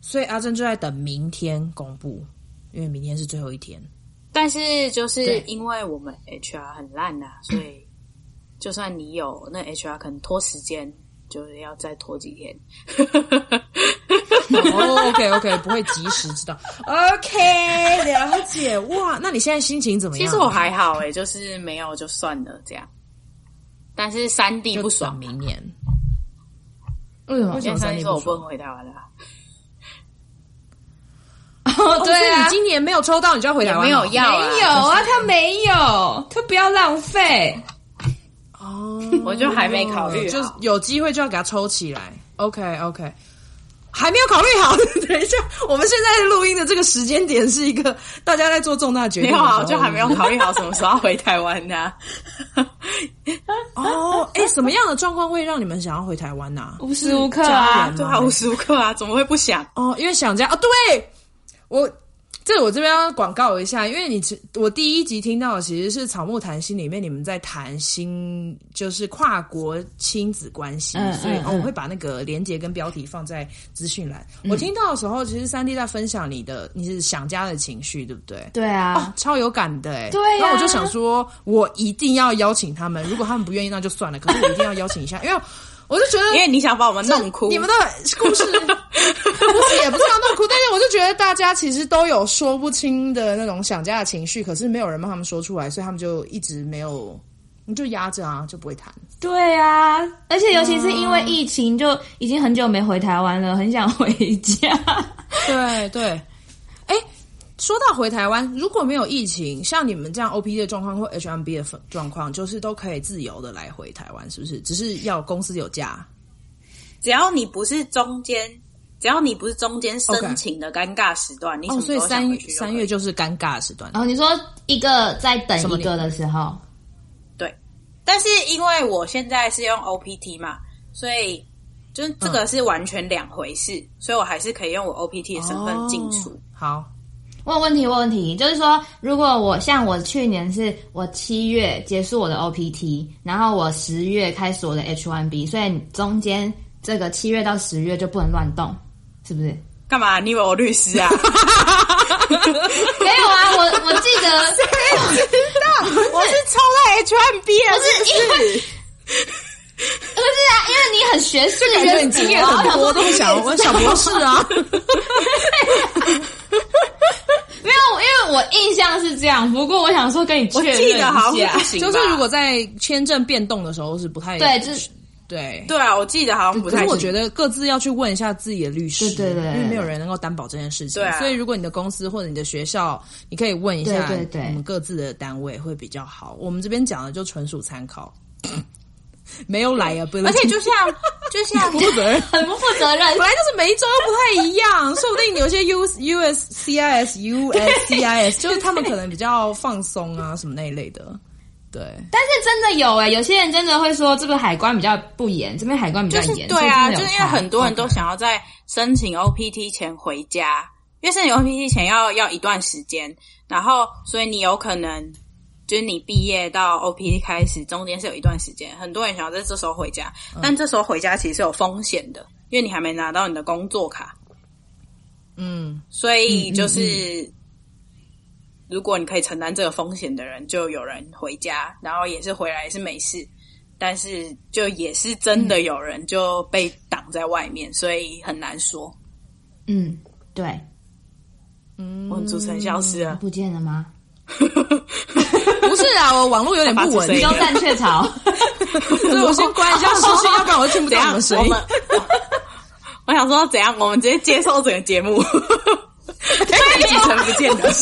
A: 所以阿珍就在等明天公布，因为明天是最后一 天。
E: 但是就是
B: 对
E: 因为我们 HR 很烂呐、啊 所以就算你有那 HR 可能拖时间，就是要再拖几天。
A: 哦，OK OK，不会及时知道。OK，了 解。哇，那你现在心情怎么样？
E: 其实我还好诶、就是没有就算了这样。但是三弟
A: 就
E: 不
A: 等，
E: 爽
A: 明年。
B: 为什么
A: 为？什
E: 因
A: 么
E: 为三
A: 三
E: 弟
A: 弟
E: 说我
A: 不
E: 不能
A: 爽？
E: 回台湾了啊，
B: 哦，
A: 所
B: 对
A: 以
B: 啊
A: 你，今年没有抽到，你就要回台
E: 也
A: 湾
E: 没有
A: 了
E: 要啊
B: 没有啊，他没有，他不要浪费。
A: 哦，
E: 我就还没考虑好
A: 就是有机会就要给他抽起来。OK OK，还没有考虑好。 等一下，我们现在录音的这个时间点是一个大家在做重大决
E: 没
A: 定的
E: 有
A: 时候，
E: 啊，我就还没有考虑好什么时候要回台湾呢、
A: 哦。哎、什么样的状况会让你们想要回台湾啊呢、
B: 无时无刻
A: 家
B: 啊
A: 人，
E: 对啊，无时无刻啊，怎么会不想？
A: 哦，因为想家哦，对我这我这边要广告一下，因为你其我第一集听到的其实是《草木谈心》里面你们在谈新，就是跨国亲子关系，
B: 嗯
A: 所以、哦
B: 嗯嗯
A: 我会把那个连接跟标题放在资讯栏。我听到的时候，其实三弟在分享你的你是想家的情绪，对不对？
B: 对
A: 哦
B: 啊，，
A: 超有感的哎！
B: 对啊呀
A: 然后我就想说，我一定要邀请他们。如果他们不愿意，那就算了。可是我一定要邀请一下，因为我就觉得，
E: 因为你想把我们弄哭，
A: 你们的故 事不是也不是要弄哭，但是我就觉得大家其实都有说不清的那种想家的情绪，可是没有人帮他们说出来，所以他们就一直没有，你就压着啊，就不会谈。
B: 对啊，而且尤其是因为
A: 嗯
B: 疫情，就已经很久没回台湾了，很想回家。
A: 对对，哎，说到回台湾，如果没有疫情，像你们这样 OPD 的状况或 HMB 的状况，就是都可以自由的来回台湾，是不是？只是要公司有假。
E: 只要你不是中间，只要你不是中间申请的尴尬时段，你什
A: 哦，
E: 么
A: 所以
E: 时候想
A: 三月
E: 回去都可以
A: 三月就是尴尬的时段。
B: 然后你说一个在等
A: 什么
B: 一个的时候，
E: 对，但是因为我现在是用 OPT 嘛，所以就是这个是完全两回事，所以我还是可以用我 OPT 的身份进出。
A: 哦好，
B: 我有问题，我有问题，就是说，如果我像我去年是我七月结束我的 OPT，然后我十月开始我的 H1B，所以中间这个七月到十月就不能乱动，是不是？
E: 干嘛？ 你以为我律师啊？
B: 没有啊，我我记得
E: 我是抽到 H 1 B 啊，
B: 不是因为。不是啊，因为你很学士，
A: 感觉你经验很多，都想我想博士啊。
B: 没有，因为我印象是这样。不过我想说跟你确
E: 我
B: 认
E: 记得好像
B: 一下
E: 是不，行吧
A: 就是如果在签证变动的时候是不太
B: 对，就是
A: 对。
E: 对啊，我记得好像不
A: 可
E: 太
A: 是我
E: 行。
A: 觉得各自要去问一下自己的律师，
B: 对对对对
A: 因为没有人能够担保这件事情。
E: 对啊
A: 所以如果你的公司或者你的学校，你可以问一下
B: 对对对
A: 你们各自的单位会比较好。我们这边讲的就纯属参 考，没有啊 liability，
E: 而且就像就 像
A: 不负责任。
B: 很不负责任
A: 本。来就是每一周都不太一 样，说不定有些 U U S C I S U S C I S，就是他们可能比较放松啊，什么那一类的。对，
B: 但是真的有哎、有些人真的会说这个海关比较不严，这边海关比
E: 就
B: 较
E: 是
B: 严。
E: 对啊，就
B: 所
E: 是
B: 以真的有差哦
E: 因为很多人都想要在申请 OPT 前回家，因为申请 OPT 前要要一段时间，然后所以你有可能就是你毕业到 OPT 开始中间是有一段时间，很多人想要在这时候回家，
B: 嗯
E: 但这时候回家其实是有风险的，因为你还没拿到你的工作卡，
A: 嗯，
E: 所以就是。如果你可以承担这个风险的人，就有人回家，然后也是回来也是没事，但是就也是真的有人就被挡在外面，所以很难说。
B: 嗯，对，
E: 我们主持人消失了，
B: 不见了吗？
A: 不是啊，我网络有点不稳
B: 鸠
E: 没有
A: 定，
B: 占鹊 巢，
A: 所以我先关一下视讯，要不然我就听不
E: 怎
A: 到你
E: 样？
A: 们声
E: 我
A: 音。
E: 们 我想说怎样？我们直接接受整个节 目，哎 一起成不见的。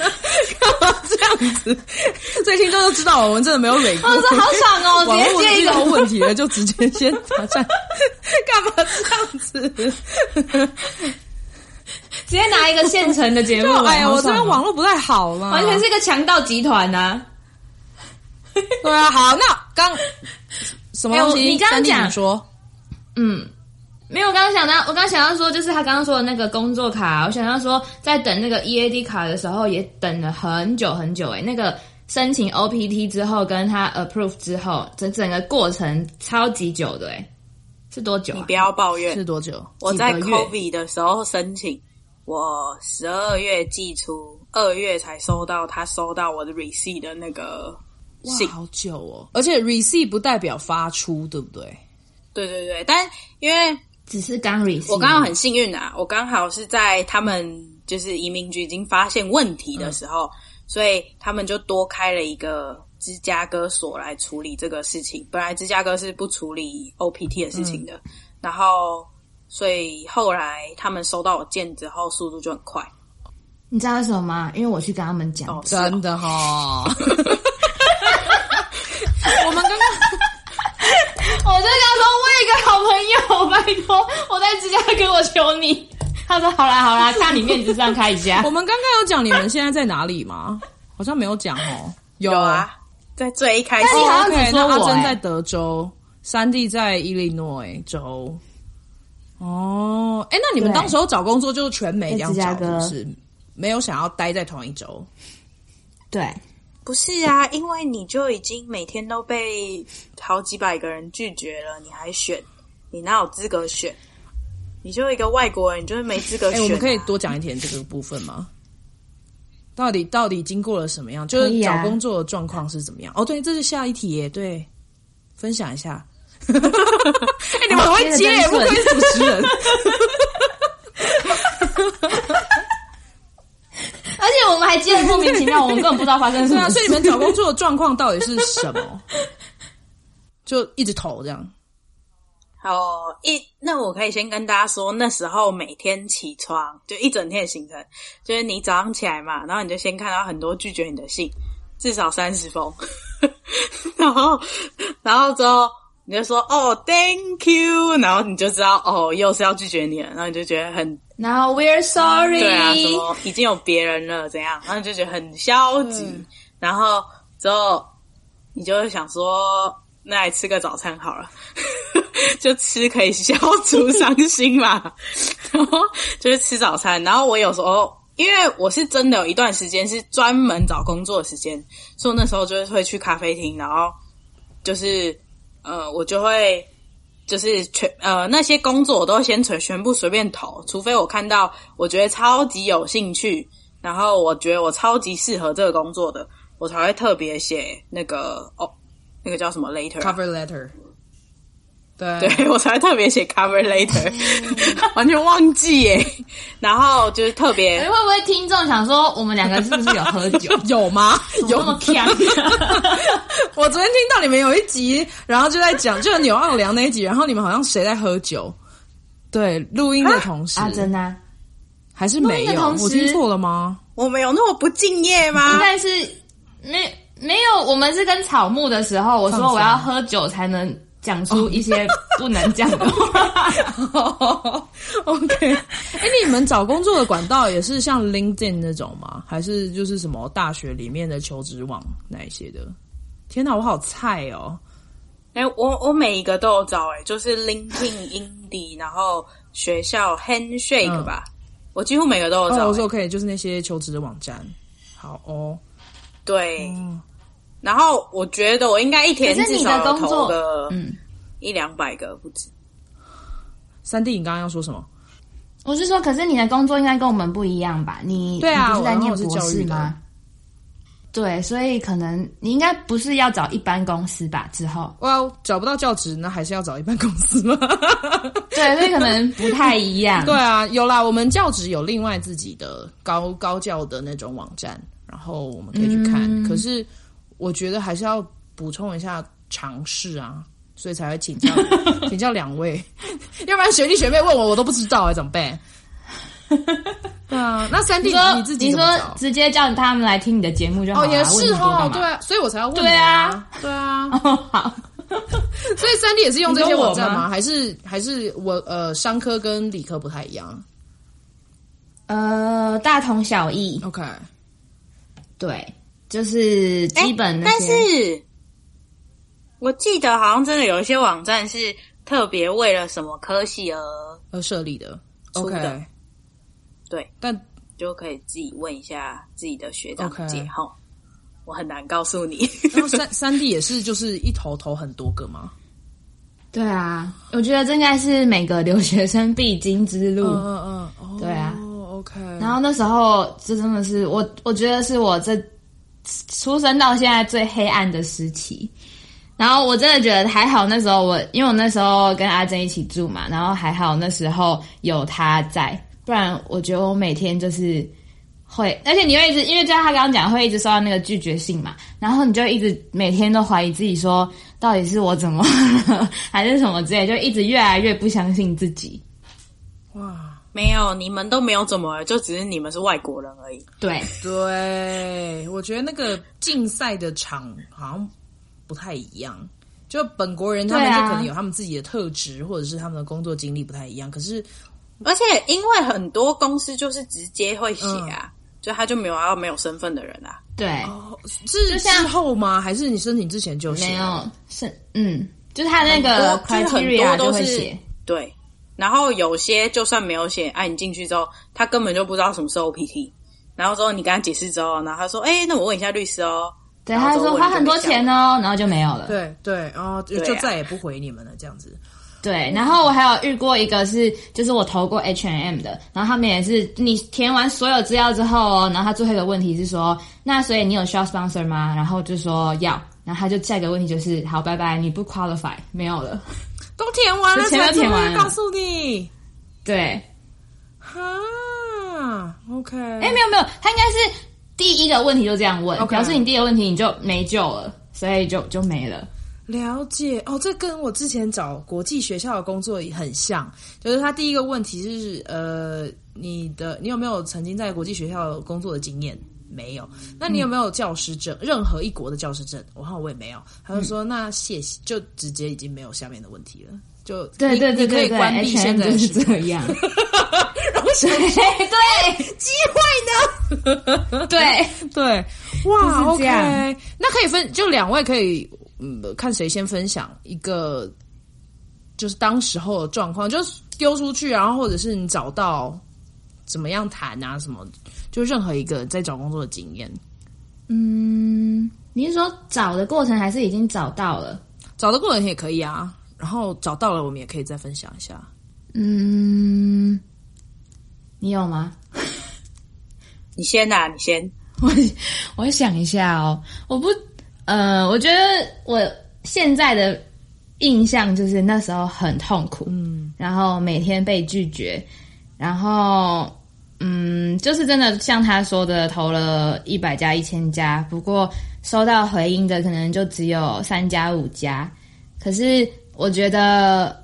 A: 这样子，所以听众都知道我们真的没有蕊过。
B: 我说好爽哦，
A: 网
B: 直
A: 络
B: 接接
A: 遇
B: 一
A: 到
B: 个
A: 问题了，就直接先打战，干嘛这样 子？
B: 直接拿一个现成 的节目、
A: 哎呀，
B: 好爽哦
A: 我这边网络不太好啦，
B: 啊完全是一个强盗集团呐、
A: 对啊，好，那刚什么
B: 哎
A: 东
B: 我
A: 西？
B: 你刚刚
A: 三弟
B: 讲
A: 你说，
B: 嗯，没有，我刚刚想到，我刚刚想到说，就是他刚刚说的那个工作卡，我想到说，在等那个 EAD 卡的时候，也等了很久很久、欸诶，那个申请 OPT 之后，跟他 approve 之后，整整个过程超级久的、诶，欸是多久
E: 你
B: 啊
E: 不？要抱怨
A: 是。多久？
E: 我在
B: 几个月
E: COVID 的时候申请，我十二月寄出，二月才收到他收到我的 receipt 的那个
A: 哇，
E: 信。
A: 好久哦！而且 receive 不代表发出，对不对？
E: 对对对，但因为
B: 只是刚 r e
E: 我刚好很幸运啊，我刚好是在他们就是移民局已经发现问题的时
B: 嗯
E: 候，所以他们就多开了一个芝加哥所来处理这个事情。本来芝加哥是不处理 OPT 的事情的，
B: 嗯
E: 然后所以后来他们收到我件之后，速度就很快。
B: 你知道为什么吗？因为我去跟他们讲，
E: 哦，是哦
A: 真的 哈、 我们刚刚
B: 我就跟他说，我有一个好朋友，拜托，我在芝加哥，我求你。 他说好啦好 啦，看你面子上开一 下
A: 我。们刚刚有讲你们现在在哪里 吗？好像没有讲哦。有
E: 有啊，在最一开始
B: 那你好
A: 哦
B: 像只
A: ，OK，
B: 说
A: 那阿
B: 我
A: 珍
B: 哎
A: 在德州，三弟在伊利诺伊州。哦，哎，那你们
B: 对
A: 当时候找工作就是全美这
B: 在
A: 样
B: 芝加
A: 找，是不
B: 哥
A: 是？没有想要待在同一州。
B: 对，
E: 不是啊，因为你就已经每天都被好几百个人拒绝了，你还选，你哪有资格选？你就一个外国人，你就是没资格
A: 哎、
E: 选、啊。
A: 我们可以多讲一点这个部分吗？到底到底经过了什么样？就
B: 可
A: 是
B: 以
A: 找
B: 啊
A: 工作的状况是怎么样？哦，对，这是下一题耶，对，分享一 下。哎、你们很会接耶，
B: 接得
A: 不
B: 真
A: 愧是主持 人。
B: 而且我们还接得莫名其妙，我们根本不知道发生什
A: 对
B: 么
A: 啊，
B: 事
A: 所以。你们找工作的状况到底是什么？ 就一直投这样。
E: 哦，一那我可以先跟大家说，那时候每天起床就一整天的行程，就是你早上起来嘛，然后你就先看到很多拒绝你的信，至少三十封， 然后然后之后你就说哦，thank you，然后你就知道哦，又是要拒绝你了，然后你就觉得很
B: 然后 we're sorry，
E: 对啊，什么已经有别人了怎样，然后你就觉得很消极，然后之后你就会想说，那来吃个早餐好了， 就吃可以消除伤心嘛，然后就是吃早餐，然后我有时候。因为我是真的有一段时间是专门找工作的时间，所以我那时候就是会去咖啡厅，然后就是呃，我就会就是全呃那些工作我都先全全部随便投，除非我看到我觉得超级有兴趣，然后我觉得我超级适合这个工作的，我才会特别写那个哦，那个叫什么 later 啊
A: Cover letter，对
E: 对 我才会特别写 cover later，完全忘记耶。然后就是特别
B: 哎，会不会听众想说我们两个是不是 有喝酒？
A: 有吗？
B: 有那么强？
A: 我昨天听到你们有一集，然后就在讲就是纽奥良那一集，然后你们好像谁在喝酒？对，录音的同时，
B: 阿珍啊，
A: 还是没
B: 录音的
A: 有？
B: 同时
A: 我听错了吗？
E: 我们有那么不敬业吗
A: 啊
B: 应？该是没没有，我们是跟草木的时候，我说我要喝酒才能讲
A: 哦
B: 出一些不能讲的 话。
A: OK，哎、 你们找工作的管道也是像 LinkedIn 那种吗？还是就是什么大学里面的求职网那一些的？天哪，我好菜哦！
E: 哎、我我每一个都有找、哎，就是 LinkedIn、Indeed，然后学校
B: 嗯
E: Handshake 吧，我几乎每个都有找、
A: 哦，我
E: 哎
A: 说 OK，就是那些求职的网站。好哦，
E: 对，然后我觉得我应该一天
B: 哦可是
E: 至
B: 你的
E: 少有
B: 工
E: 投
B: 作
E: 个
B: 嗯，
E: 一两百个不止。
A: 三弟，你刚刚要说什么？
B: 我是说，可是你的工作应该跟我们不一样吧？你
A: 对啊
B: 你不是在念
A: 我是
B: 博
A: 教育
B: 士
A: 的
B: 吗？对，所以可能你应该不是要找一般公司吧？之后
A: 哇，找不到教职，那还是要找一般公司吗？
B: 对，所以可能不太一样。
A: 对啊，有啦，我们教职有另外自己的高高教的那种网站，然后我们可以去看。
B: 嗯
A: 可是我觉得还是要补充一下尝试啊，所以才会请教 请教两位， 要不然学弟学妹问我，我都不知道哎、怎么 办？对啊，那三弟
B: 你说
A: 自己
B: 你
A: 怎
B: 说
A: 么找？
B: 直接叫他们来听你的节目就好啊
A: 哦，
B: 了。
A: 也是
B: 哈
A: 哈，，对啊，所以我才要问你
B: 对
A: 啊
B: 啊，
A: 对啊，
B: 哦 好，
A: 所以三弟也是用这些网站
B: 你说我
A: 吗？
B: 吗
A: 还是还是我呃商科跟理科不太一样
B: 呃，大同小异，
A: ？OK，
B: 对，就是基本那
E: 哎但
B: 些。
E: 是我记得好像真的有一些网站是特别为了什么科系而
A: 而呃设立的。
E: 出
A: OK，
E: 的对，
A: 但
E: 就可以自己问一下自己的学长
A: OK
E: 姐哈。齁我很难告诉你，
A: 然后三三 D 也是就是一头头很多个嘛。
B: 对啊，我觉得这应该是每个留学生必经之路。
A: 嗯嗯嗯，哦
B: 对啊
A: ，OK。
B: 然后那时候，这真的是我，我觉得是我这出生到现在最黑暗的时期。然后我真的觉得还好，那时候我因为我那时候跟阿珍一起住嘛，然后还好那时候有他在，不然我觉得我每天就是会，而且你会一直因为就像他刚刚讲，会一直收到那个拒绝信嘛，然后你就一直每天都怀疑自己说到底是我怎么了， 还是什么之类，就一直越来越不相信自己。
A: 哇，
E: 没有，你们都没有怎么了，就只是你们是外国人而已。
B: 对，
A: 对，我觉得那个竞赛的场好像不太一样。就本国人，他们
B: 对啊
A: 就可能有他们自己的特质，或者是他们的工作经历不太一样。可是
E: 而且因为很多公司就是直接会写
A: 嗯
E: 啊，就他就没有要没有身份的人啊。
B: 对。
A: 是
B: 像
A: 事后吗？还是你申请之前就写？
B: 没有，是嗯，就是他那个
E: 很多就是
B: criteria
E: 很多
B: 就
E: 都
B: 会
E: 是
B: 写，
E: 对，然后有些就算没有写，哎、你进去之后，他根本就不知道什么是 OPT。然后之后你跟他解释之后，然后他说：“哎、那我问一下律师哦。”
B: 对，
E: 然后
B: 他
E: 之后
B: 说
E: 问
B: 花很多钱
E: 呢。
B: 哦，然后就没有了。
A: 对对，然后就
E: 对啊
A: 就再也不回你们了，这样子。
B: 对，然后我还有遇过一个是，就是我投过 H M 的，然后他们也是你填完所有资料之后哦，然后他最后一个问题是说，那所以你有需要 sponsor 吗？然后我就说要，然后他就下一个问题就是，好，拜拜，你不 qualify，没有了。
A: 都填完了
B: 之前
A: 才
B: 都填
A: 这么
B: 完了
A: 告诉你。
B: 对，
A: 哈，OK，
B: 哎、没有没有，他应该是第一个问题就这样问
A: OK
B: 表示你第一个问题你就没救了，所以就就没了。
A: 了解哦，这跟我之前找国际学校的工作也很像，就是他第一个问题是呃，你的你有没有曾经在国际学校工作的经验？没有，那你有没有教师证？任何一国的教师证？我看我也没有。他就说、那谢谢，就直接已经没有下面的问题了，就
B: 对对对
A: 你你可
B: 对
A: 以
B: 对
A: 关闭现在
B: 就
A: 的
B: 是
A: 时
B: 这
A: 间。
B: 样。
A: 然后想
B: 对
A: 机会呢？
B: 对，
A: 对，哇
B: 就是这样
A: ，OK，那可以分，就两位可以，嗯，看谁先分享一个，就是当时候的状况，就是丢出去，然后或者是你找到怎么样谈啊，什么，就任何一个在找工作的经验，
B: 嗯，你是说找的过程还是已经找到了？
A: 找的过程也可以啊，然后找到了，我们也可以再分享一下。
B: 嗯，你有吗？
E: 你先呐、啊，你先。
B: 我我想一下哦，我不，呃，我觉得我现在的印象就是那时候很痛苦，嗯，然后每天被拒绝，然后嗯，就是真的像他说的，投了一百家、一千家，不过收到回应的可能就只有三家、五家。可是我觉得，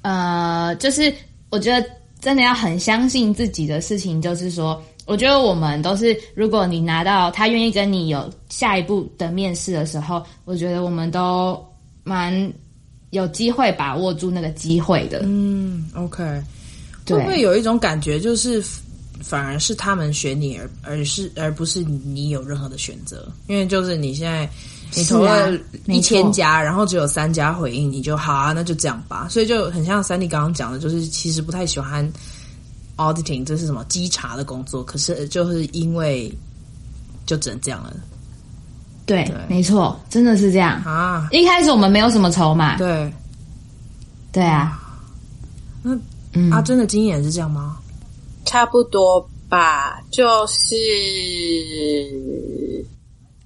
B: 呃，就是我觉得真的要很相信自己的事情，就是说，我觉得我们都是，如果你拿到他愿意跟你有下一步的面试的时候，我觉得我们都蛮有机会把握住那个机会的。
A: 嗯，OK，
B: 对
A: 会不会有一种感觉，就是反而是他们选你而，而是而不是你有任何的选择？因为就是你现在你投了
B: 是啊
A: 一
B: 没错
A: 千家，然后只有三家回应，你就好啊，那就这样吧。所以就很像三弟刚刚讲的，就是其实不太喜欢 auditing，这是什么稽查的工作，可是就是因为就只能这样了
B: 对，
A: 对
B: 没错，真的是这样。
A: 啊，
B: 一开始我们没有什么筹码，
A: 对。
B: 对啊，
A: 那
B: 嗯，
A: 阿珍啊的经验也是这样吗？
E: 差不多吧，就是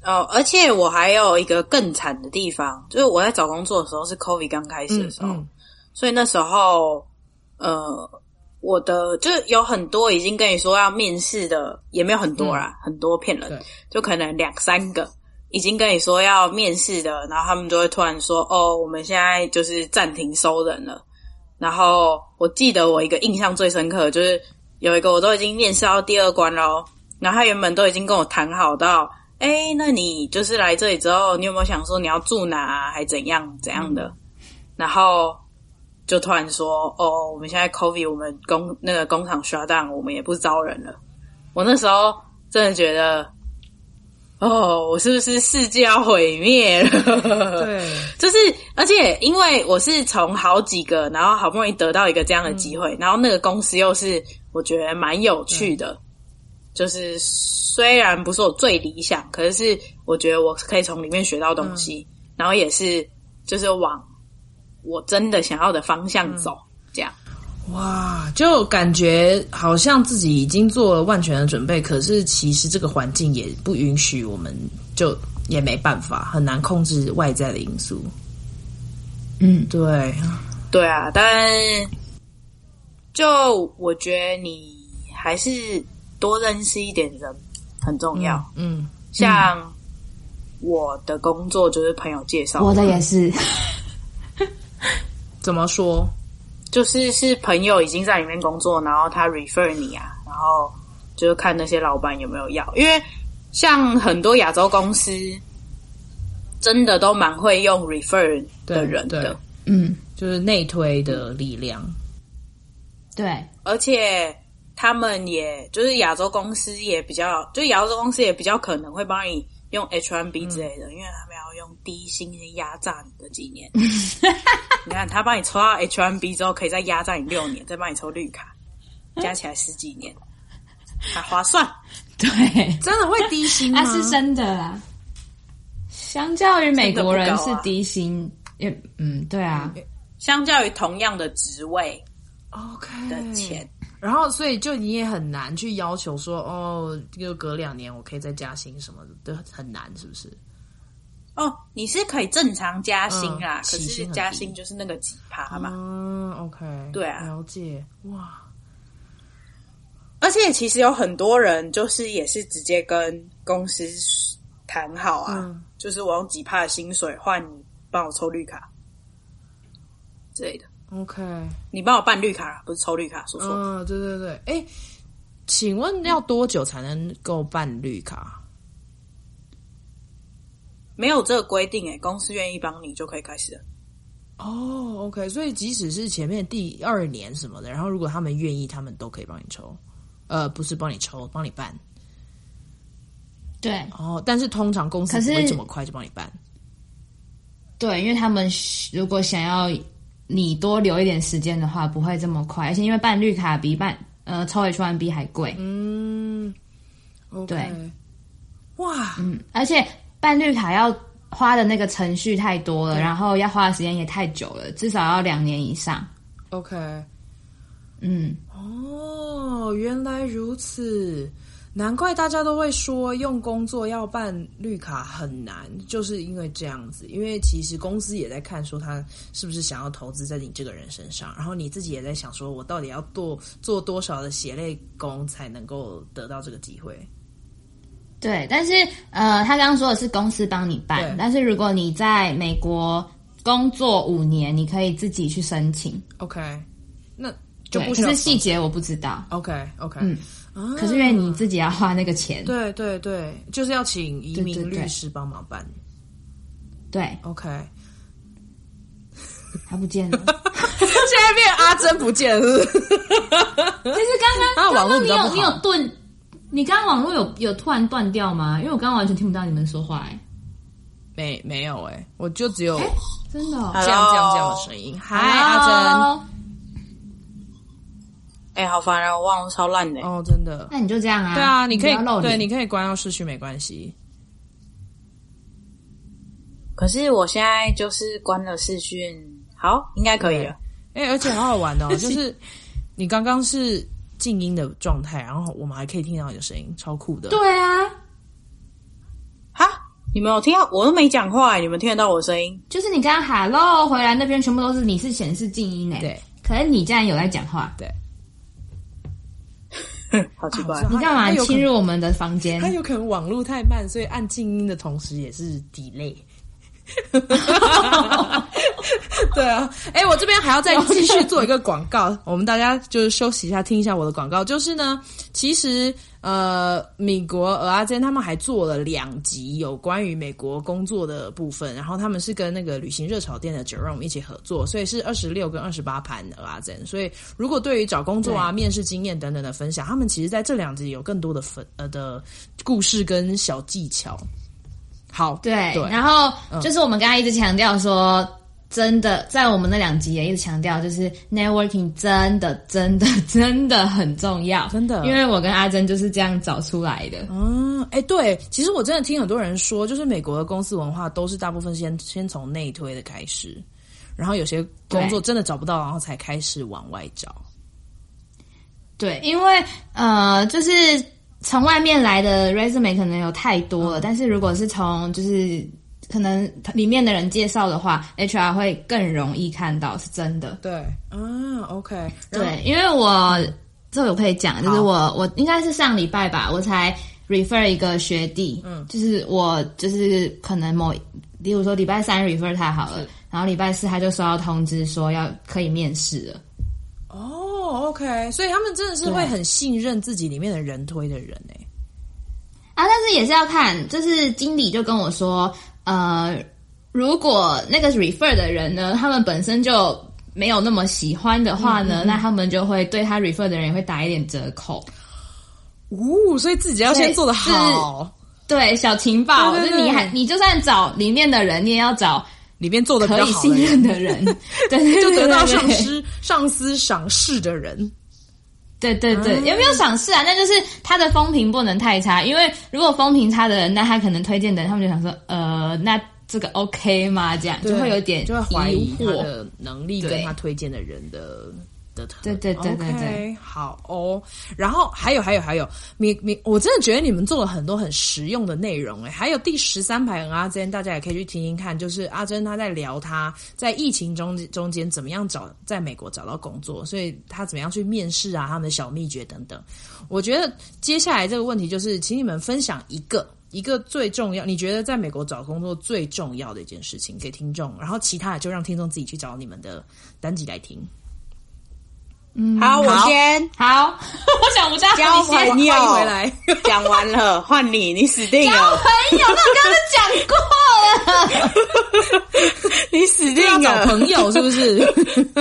E: 哦，而且我还有一个更惨的地方，就是我在找工作的时候是 COVID 刚开始的时候，
A: 嗯
E: 所以那时候呃，我的就是有很多已经跟你说要面试的，也没有很多啦，很多骗
A: 对
E: 人，就可能两三个。已经跟你说要面试的，然后他们就会突然说：“哦，我们现在就是暂停收人了。”然后我记得我一个印象最深刻的就是有一个我都已经面试到第二关喽，然后他原本都已经跟我谈好到，哎，那你就是来这里之后，你有没有想说你要住哪、啊，还怎样怎样的？然后就突然说，哦，我们现在 COVID，我们工那个工厂 shut down，我们也不招人了。我那时候真的觉得，哦，我是不是世界要毁灭了？
A: 对，
E: 就是，而且因为我是从好几个，然后好不容易得到一个这样的机会，然后那个公司又是我觉得蛮有趣的，就是虽然不是我最理想，可是我觉得我可以从里面学到东西，然后也是就是往我真的想要的方向走，这样。
A: 哇，就感觉好像自己已经做了万全的准备，可是其实这个环境也不允许，我们就也没办法，很难控制外在的因素。
B: 嗯，
A: 对，
E: 对啊，但就我觉得你还是多认识一点人很重要。
A: 嗯，
E: 像我的工作就是朋友介绍，
B: 嗯我的 也是，
A: 怎么说？
E: 就是是朋友已经在里面工作，然后他 refer 你啊，然后就是看那些老板有没有要，因为像很多亚洲公司真的都蛮会用 refer 的人
A: 对对
E: 的，
B: 嗯，
A: 就是内推的力量。
B: 对，
E: 而且他们也就是亚洲公司也比较，就亚洲公司也比较可能会帮你用
A: 嗯
E: H1B 之类的，因为他们要用低薪先压榨你的几年。你看他帮你抽到 H1B 之后，可以再压榨你六年，再帮你抽绿卡，加起来十几年，还划算。
B: 对，
A: 真的会低薪
B: 那是真的啦。相较于美国人
E: 真的不
B: 是
E: 高啊
B: 低薪，也嗯，对啊，
E: 相较于同样的职位
A: 哦 OK
E: 的
A: 嗯
E: 钱，
A: 然后，所以就你也很难去要求说，哦，就隔两年我可以再加薪什么的，都很难，是不是？
E: 哦，你是可以正常加薪啦，
A: 嗯起
E: 可
A: 薪
E: 是
A: 很低
E: 加薪就是那个几趴嘛。
A: 嗯，OK，
E: 对啊
A: 了解。哇，
E: 而且其实有很多人就是也是直接跟公司谈好啊，
A: 嗯
E: 就是我用几帕的薪水换你帮我抽绿卡之类的，
A: ，OK，
E: 你帮我办绿卡啦，不是抽绿卡，说错。
A: 嗯，对对对，哎，请问要多久才能够办绿卡？
E: 没有这个规定诶、公司愿意帮你就可以开始了。
A: 哦，OK，所以即使是前面第二年什么的，然后如果他们愿意，他们都可以帮你抽，呃，不是帮你抽，帮你办。
B: 对
A: 哦，但是通常公司
B: 可
A: 不
B: 是
A: 会这么快就帮你办。
B: 对，因为他们如果想要你多留一点时间的话，不会这么快，而且因为办绿卡比办呃抽 H1B 还贵，
A: 嗯，OK，
B: 对
A: 哇，
B: 嗯，而且办绿卡要花的那个程序太多了，然后要花的时间也太久了，至少要两年以上，
A: OK，
B: 嗯，
A: 哦，原来如此，难怪大家都会说用工作要办绿卡很难，就是因为这样子。因为其实公司也在看说他是不是想要投资在你这个人身上，然后你自己也在想说我到底要做做多少的血泪工才能够得到这个机会。
B: 对，但是呃，他刚刚说的是公司帮你
A: 对
B: 办，但是如果你在美国工作五年，你可以自己去申请，
A: OK，那就
B: 对，
A: 不
B: 可
A: 需要
B: 是细节我不知道，
A: OK OK，
B: 嗯
A: 啊
B: 可是因为你自己要花那个钱，
A: 对对对，就是要请移
B: 对
A: 民
B: 对对
A: 律师帮忙办。
B: 对，
A: OK，
B: 他不 见了。
A: 现在变阿珍不见了是不是。
B: 但是
A: 啊
B: 刚刚
A: 网络
B: 刚刚
A: 比
B: 你
A: 较不
B: 有
A: 好
B: 你有顿，你刚刚网络有有突然断掉吗？因为我刚刚完全听不到你们说话、欸，
A: 没没有哎、我就只有
B: 真的、哦。
A: 这样这样这样的声音。嗨，阿
B: 阿珍，
E: 哎、好烦啊！我忘了超烂的、
A: 珍，哦，真的，
B: 那你就这样啊。
A: 对啊，你可以
B: 不要露
A: 对，
B: 脸
A: 你可以关到市区没关系。
E: 可是我现在就是关了视讯，好，应该可以了。
A: 哎、而且好好 玩哦，就是你刚刚是静音的状态，然后我们还可以听到你的声音，超酷的。
B: 对啊，
E: 哈，你们有听到？我都没讲话、欸你们听得到我的声音？
B: 就是你刚刚 hello 回来那边全部都是你是显示静音诶、欸
A: 对，
B: 可是你竟然有在讲话，
E: 好奇怪。
B: 你干嘛
A: 他有可
B: 侵
A: 能？
B: 入我们的房 间
A: 他？有可能网络太慢，所以按静音的同时也是 delay。 对啊，哎、我这边还要再继续做一个广告， 我们大家就是休息一下，听一下我的广告。就是呢，其实呃，米国俄阿珍他们还做了两集有关于美国工作的部分，然后他们是跟那个旅行热炒店的 Jerome 一起合作，所以是二十六跟二十八盘俄阿珍。所以如果对于找工作啊、面试经验等等的分享，他们其实在这两集有更多的分呃的故事跟小技巧。好，
B: 对，
A: 对，嗯
B: 然后就是我们刚才一直强调说，真的在我们那两集也一直强调，就是 networking 真的真的 真的很重要，
A: 真的
B: 因为我跟阿珍就是这样找出来的。
A: 嗯，哎，对，其实我真的听很多人说，就是美国的公司文化都是大部分先先从内推的开始，然后有些工作真的找不到，然后才开始往外找。
B: 对，因为呃，就是从外面来的 resume 可能有太多
A: 嗯
B: 了，但是如果是从就是可能里面的人介绍的话，HR 会更容易看到，是真的。
A: 对，啊，OK，然后，
B: 对，因为我这我可以讲，就是
A: 好
B: 我我应该是上礼拜吧，我才 refer 一个学弟，嗯，就是我就是可能某，比如说礼拜三 refer 他好了，然后礼拜四他就收到通知说要可以面试了。
A: 哦，OK，所以他们真的是会很信任自己里面的人推的人哎、
B: 啊，但是也是要看，就是经理就跟我说，呃，如果那个 refer 的人呢，他们本身就没有那么喜欢的话
A: 嗯
B: 呢，那他们就会对他 refer 的人也会打一点折扣。
A: 哦，所以自己要
B: 所以
A: 先做的
B: 是
A: 好，
B: 对，小情报，
A: 对对
B: 就是你
A: 对
B: 还你就算找里面的人，你也要找
A: 里面做的比
B: 可
A: 较
B: 以
A: 好的
B: 信
A: 人
B: 任的人， 对对对
A: 就得到上。
B: 对
A: 司上司赏识的人。
B: 对对对，有没有赏识啊？那就是他的风评不能太差，因为如果风评差的人，那他可能推荐的人，他们就想说，呃，那这个 OK 吗？这样就
A: 对
B: 会有点
A: 就会怀疑
B: 疑
A: 他
B: 惑。
A: 的能力
B: 对
A: 跟他推荐的人的的特
B: 对对对对
A: OK，
B: 对
A: 好哦。然后还有还有还有，你你我真的觉得你们做了很多很实用的内容哎，还有第十三排很阿珍，大家也可以去听听看，就是阿珍她在聊她在疫情中中间怎么样找在美国找到工作，所以她怎么样去面试啊，他们的小秘诀等等。我觉得接下来这个问题就是，请你们分享一个一个最重要，你觉得在美国找工作最重要的一件事情给听众，然后其他的就让听众自己去找你们的单集来听。
E: 好，我
A: 好
E: 先
B: 好， 我想不到
E: 交
B: 你先
E: 朋友，
A: 欢迎回来
E: 讲完了，换你，你死定
B: 交
E: 了，
B: 朋友，那我刚刚讲 过了。
E: 你死
A: 要
E: 定
A: 找
E: 了，
A: 朋友是不是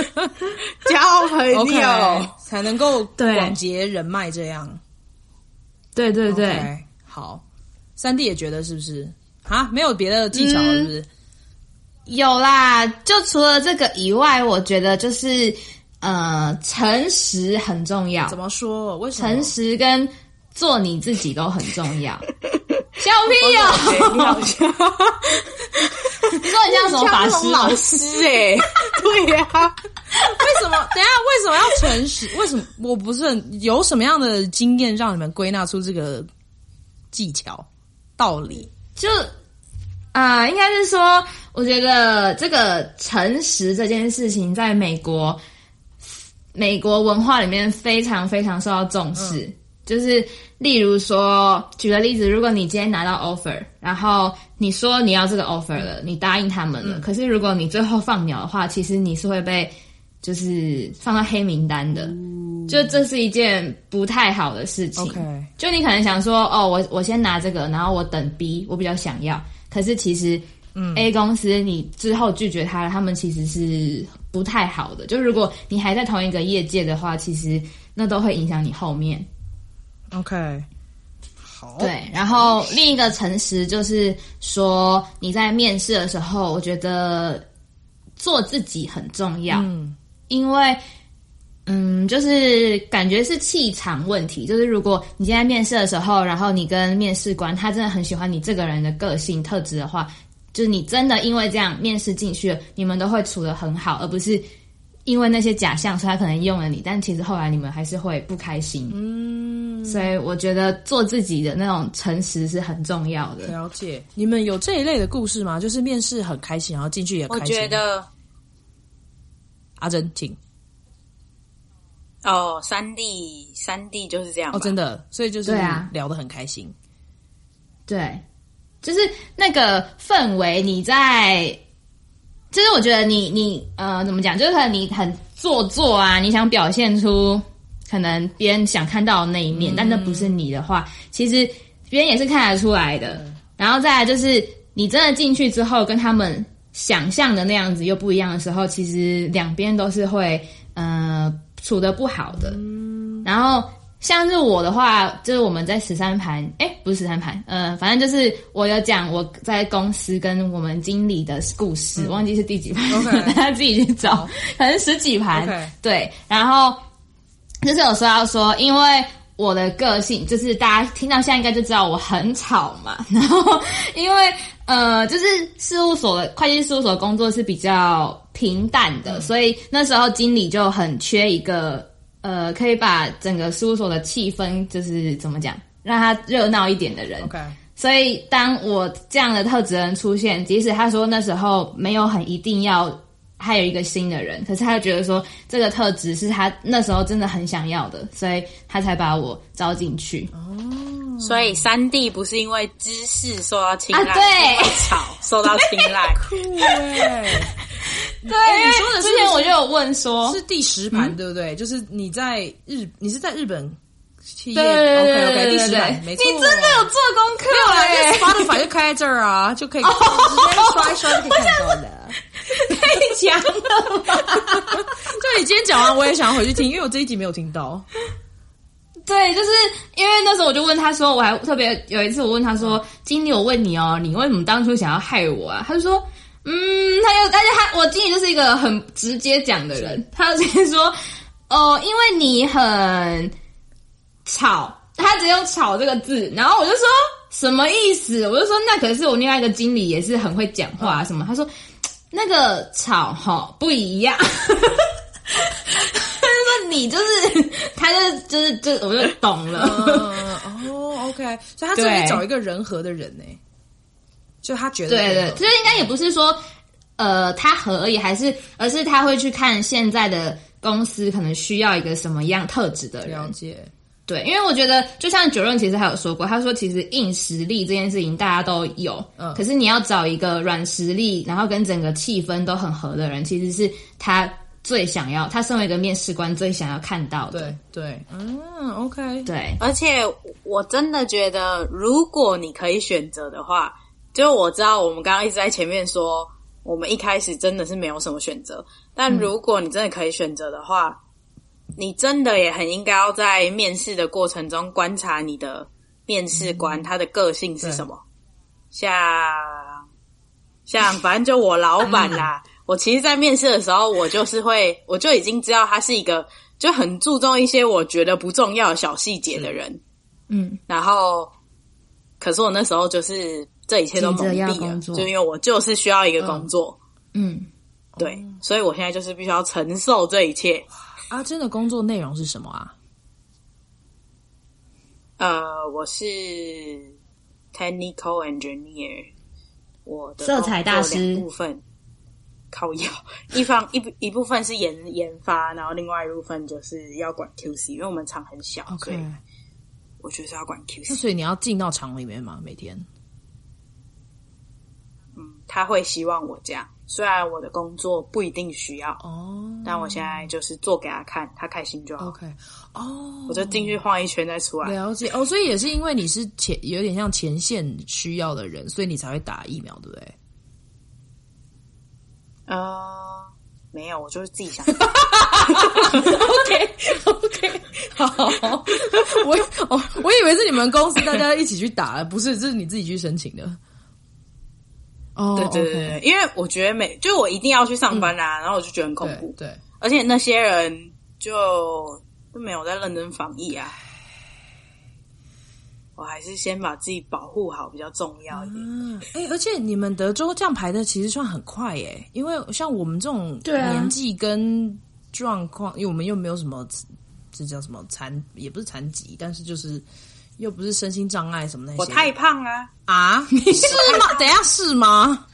E: 交朋
A: ？OK，
E: 友。
A: 才能够
B: 对
A: 广结人脉这样。
B: 对对对
A: OK，好，三弟也觉得是不是？啊，没有别的技巧了是不是？
B: 有啦，就除了这个以外，我觉得就是呃，诚实很重要
A: 怎，么说？为什么？
B: 诚实跟做你自己都很重 要。小屁哟、
E: 你好像
A: 欸
B: 你说你像什么法师吗
E: 老？师哎、啊对呀、
A: 为什么？等一下为什么要诚实？ 为什么？我不是很有什么样的经验让你们归纳出这个技巧道理？
B: 就啊、呃应该是说，我觉得这个诚实这件事情，在美国美国文化里面非常非常受到重视。就是例如说，举个例子，如果你今天拿到 offer，然后你说你要这个 offer 了，你答应他们了，可是如果你最后放鸟的话，其实你是会被就是放到黑名单的。就这是一件不太好的事情。
A: OK
B: 就你可能想说，哦，我我先拿这个，然后我等 B，我比较想要。可是其实，嗯，A 公司你之后拒绝他了，他们其实是不太好的。就如果你还在同一个业界的话，其实那都会影响你后面。
A: OK，好，
B: 对，然后另一个诚实就是说，你在面试的时候，我觉得做自己很重要，
A: 嗯
B: 因为。嗯，就是感觉是气场问题。就是如果你今天面试的时候，然后你跟面试官他真的很喜欢你这个人的个性特质的话，就是你真的因为这样面试进去了，你们都会处得很好，而不是因为那些假象，所以他可能用了你，但其实后来你们还是会不开心。
A: 嗯，
B: 所以我觉得做自己的那种诚实是很重要的。
A: 了解。你们有这一类的故事吗？就是面试很开心，然后进去也开
E: 我
A: 心。
E: 觉得
A: 阿珍，请
E: 哦，三 D
A: 哦
E: 三 D 就是这样吧
A: 哦，真的，所以就是
B: 对啊
A: 聊得很开心。
B: 对，就是那个氛围，你在，就是我觉得你你呃怎么讲，就是可能你很做作啊，你想表现出可能别人想看到的那一
A: 嗯
B: 面，但那不是你的话，其实别人也是看得出来的。
A: 嗯
B: 然后再来就是你真的进去之后，跟他们想象的那样子又不一样的时候，其实两边都是会呃处的不好的。
A: 嗯
B: 然后像是我的话，就是我们在十三盘，哎，不是十三盘，呃，反正就是我有讲我在公司跟我们经理的故事，忘记是第几盘了，
A: 嗯 OK
B: 大家自己去找，反正十几盘
A: OK
B: 对，然后就是有说到说，因为我的个性，就是大家听到现在应该就知道我很吵嘛。然后因为呃，就是事务所的会计事务所的工作是比较平淡的，所以那时候经理就很缺一个呃，可以把整个事务所的气氛就是怎么讲，让它热闹一点的人。
A: OK，
B: 所以，当我这样的特质人出现，即使他说那时候没有很一定要还有一个新的人，可是他就觉得说这个特质是他那时候真的很想要的，所以他才把我招进去。
E: 所以三弟不是因为知识受到青睐，
B: 啊对
E: 是因为吵受到青睐，
A: 对，
B: 对，因为
A: 你说的是
B: 哎之前我就有问说，
A: 是第十盘对不对？就是你在日，你是在日本企业
B: 对对对对
A: OK
B: 对
A: OK
B: 对
A: 第
B: 对
A: 十
B: 对
A: 盘，，没
B: 你
A: 错，
B: 真的有做功课哎、
A: 那啊 Spotify 就开在这儿啊，就可 以直接刷一刷就可以看到了。
B: 太强了吧！
A: 就你今天讲完，我也想要回去听，因为我这一集没有听到。
B: 对，就是因为那时候我就问他说，我还特别有一次我问他说，经理，我问你哦，你为什么当初想要害我啊？他就说，嗯，他就，但是他我经理就是一个很直接讲的人，他就直接说，哦，因为你很吵，他只用“吵”这个字，然后我就说什么意思？我就说那可是我另外一个经理也是很会讲话啊什么，他说那个吵哈不一样。 他就说你就是，他就就是就我就懂了，
A: 嗯，哦，OK，所以他真的是找一个人和的人呢、欸就他觉得
B: 对
A: 人
B: 对，
A: 和
B: 就是应该也不是说呃他合而已，还是而是他会去看现在的公司可能需要一个什么样特质的人
A: 了，解，
B: 对，因为我觉得就像九润其实还有说过，他说其实硬实力这件事情大家都有，
A: 嗯
B: 可是你要找一个软实力，然后跟整个气氛都很合的人，其实是他最想要，他身为一个面试官最想要看到的，
A: 对对，嗯，OK，
B: 对
E: 而且我真的觉得，如果你可以选择的话，就是我知道我们刚刚一直在前面说，我们一开始真的是没有什么选择。但如果你真的可以选择的话，你真的也很应该要在面试的过程中观察你的面试官、他的个性是什么，像像反正就我老板啦，我其实，在面试的时候，我就是会，我就已经知道他是一个就很注重一些我觉得不重要的小细节的人，
B: 嗯，
E: 然后可是我那时候就是这一切都蒙
B: 急着要
E: 蔽了，
B: 工作
E: 就因为我就是需要一个工作，
B: 嗯，
E: 对，所以我现在就是必须要承受这一切，
A: 阿啊珍的工作内容是什么啊？
E: 呃，我是 technical engineer，我的
B: 色彩大师
E: 工作两部分靠药，一方一部一部分是研研发，然后另外一部分就是要管 QC，因为我们厂很小
A: OK
E: 所以我就是要管
A: 那
E: QC。
A: 所以你要进到厂里面吗？每天
E: 他会希望我这样，虽然我的工作不一定需要，
A: 哦
E: 但我现在就是做给他看，他开心就好。
A: ，OK，哦
E: 我，就进去晃一圈再出来。
A: 了解哦，所以也是因为你是前有点像前线需要的人，所以你才会打疫苗，对不 对？
E: 呃，没有，我就是自 己想。
A: 好，我哦，我以为是你们公司大家一起去打的，不是，这是你自己去申请的。 哦，
E: 对对对对，因为我觉得每就是我一定要去上班啦、然后我就觉得很恐
A: OK，
E: 怖。
A: 对对，
E: 而且那些人就都没有在认真防疫啊。我还是先把自己保护好比较重要一点。
A: 嗯，哎、而且你们德州这样排的其实算很快耶、因为像我们这种
B: 对啊
A: 年纪跟状况，因为我们又没有什么这叫什么残，也不是残疾，但是就是又不是身心障碍什么那些的。
E: 我 太胖啊，
A: 啊，你是吗？等一下是吗？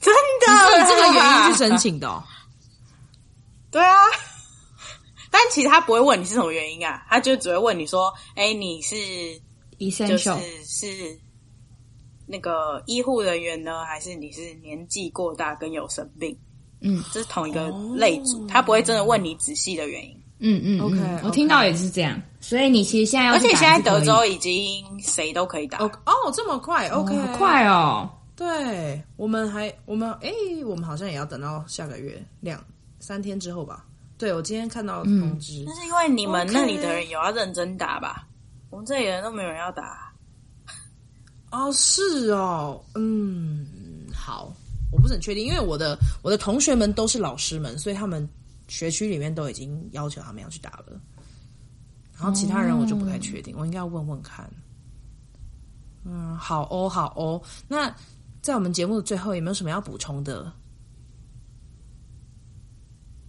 E: 真
A: 你
E: 的啦，
A: 是以这个原因去申请的、哦？
E: 对啊， 但其实他不会问你是什么原因啊，他就只会问你说：“哎、你是
B: 医生
E: 就是是那个医护人员呢，还是你是年纪过大跟有生病？
B: 嗯，
E: 这是同一个类组，
B: 哦
E: 他不会真的问你仔细的原因。
B: 嗯嗯
A: OK，
B: 嗯
A: OK
B: 我听到也是这样。所以你其实现在要
E: 而且
B: 去打
E: 现在
B: 是可
E: 德
B: 以
E: 州已经谁都可以打，
A: 哦哦，这么快，OK，、
B: 哦好快哦，
A: 对我们还我们哎、我们好像也要等到下个月两三天之后吧。对我今天看到通知，
E: 但是因为你们
A: OK
E: 那里的人有要认真打吧？我们这里人都没有人要打，啊
A: 哦是哦，嗯，好，我不是很确定，因为我的我的同学们都是老师们，所以他们学区里面都已经要求他们要去打了。然后其他人我就不
B: 哦
A: 太确定，我应该要问问看。嗯，好哦，好哦。那在我们节目的最后，有没有什么要补充的？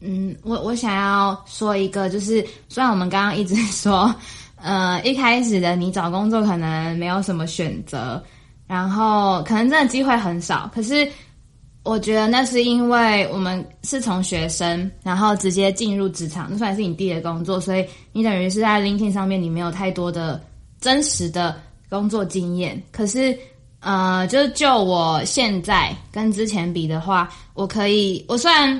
B: 嗯，我我想要说一个，就是虽然我们刚刚一直说， 呃，一开始的你找工作可能没有什么选择，然后可能真的机会很少，可是我觉得那是因为我们是从学生，然后直接进入职场，那算是你第一个工作，所以你等于是在 LinkedIn 上面，你没有太多的真实的工作经验。可是，呃，就是就我现在跟之前比的话，我可以，我虽然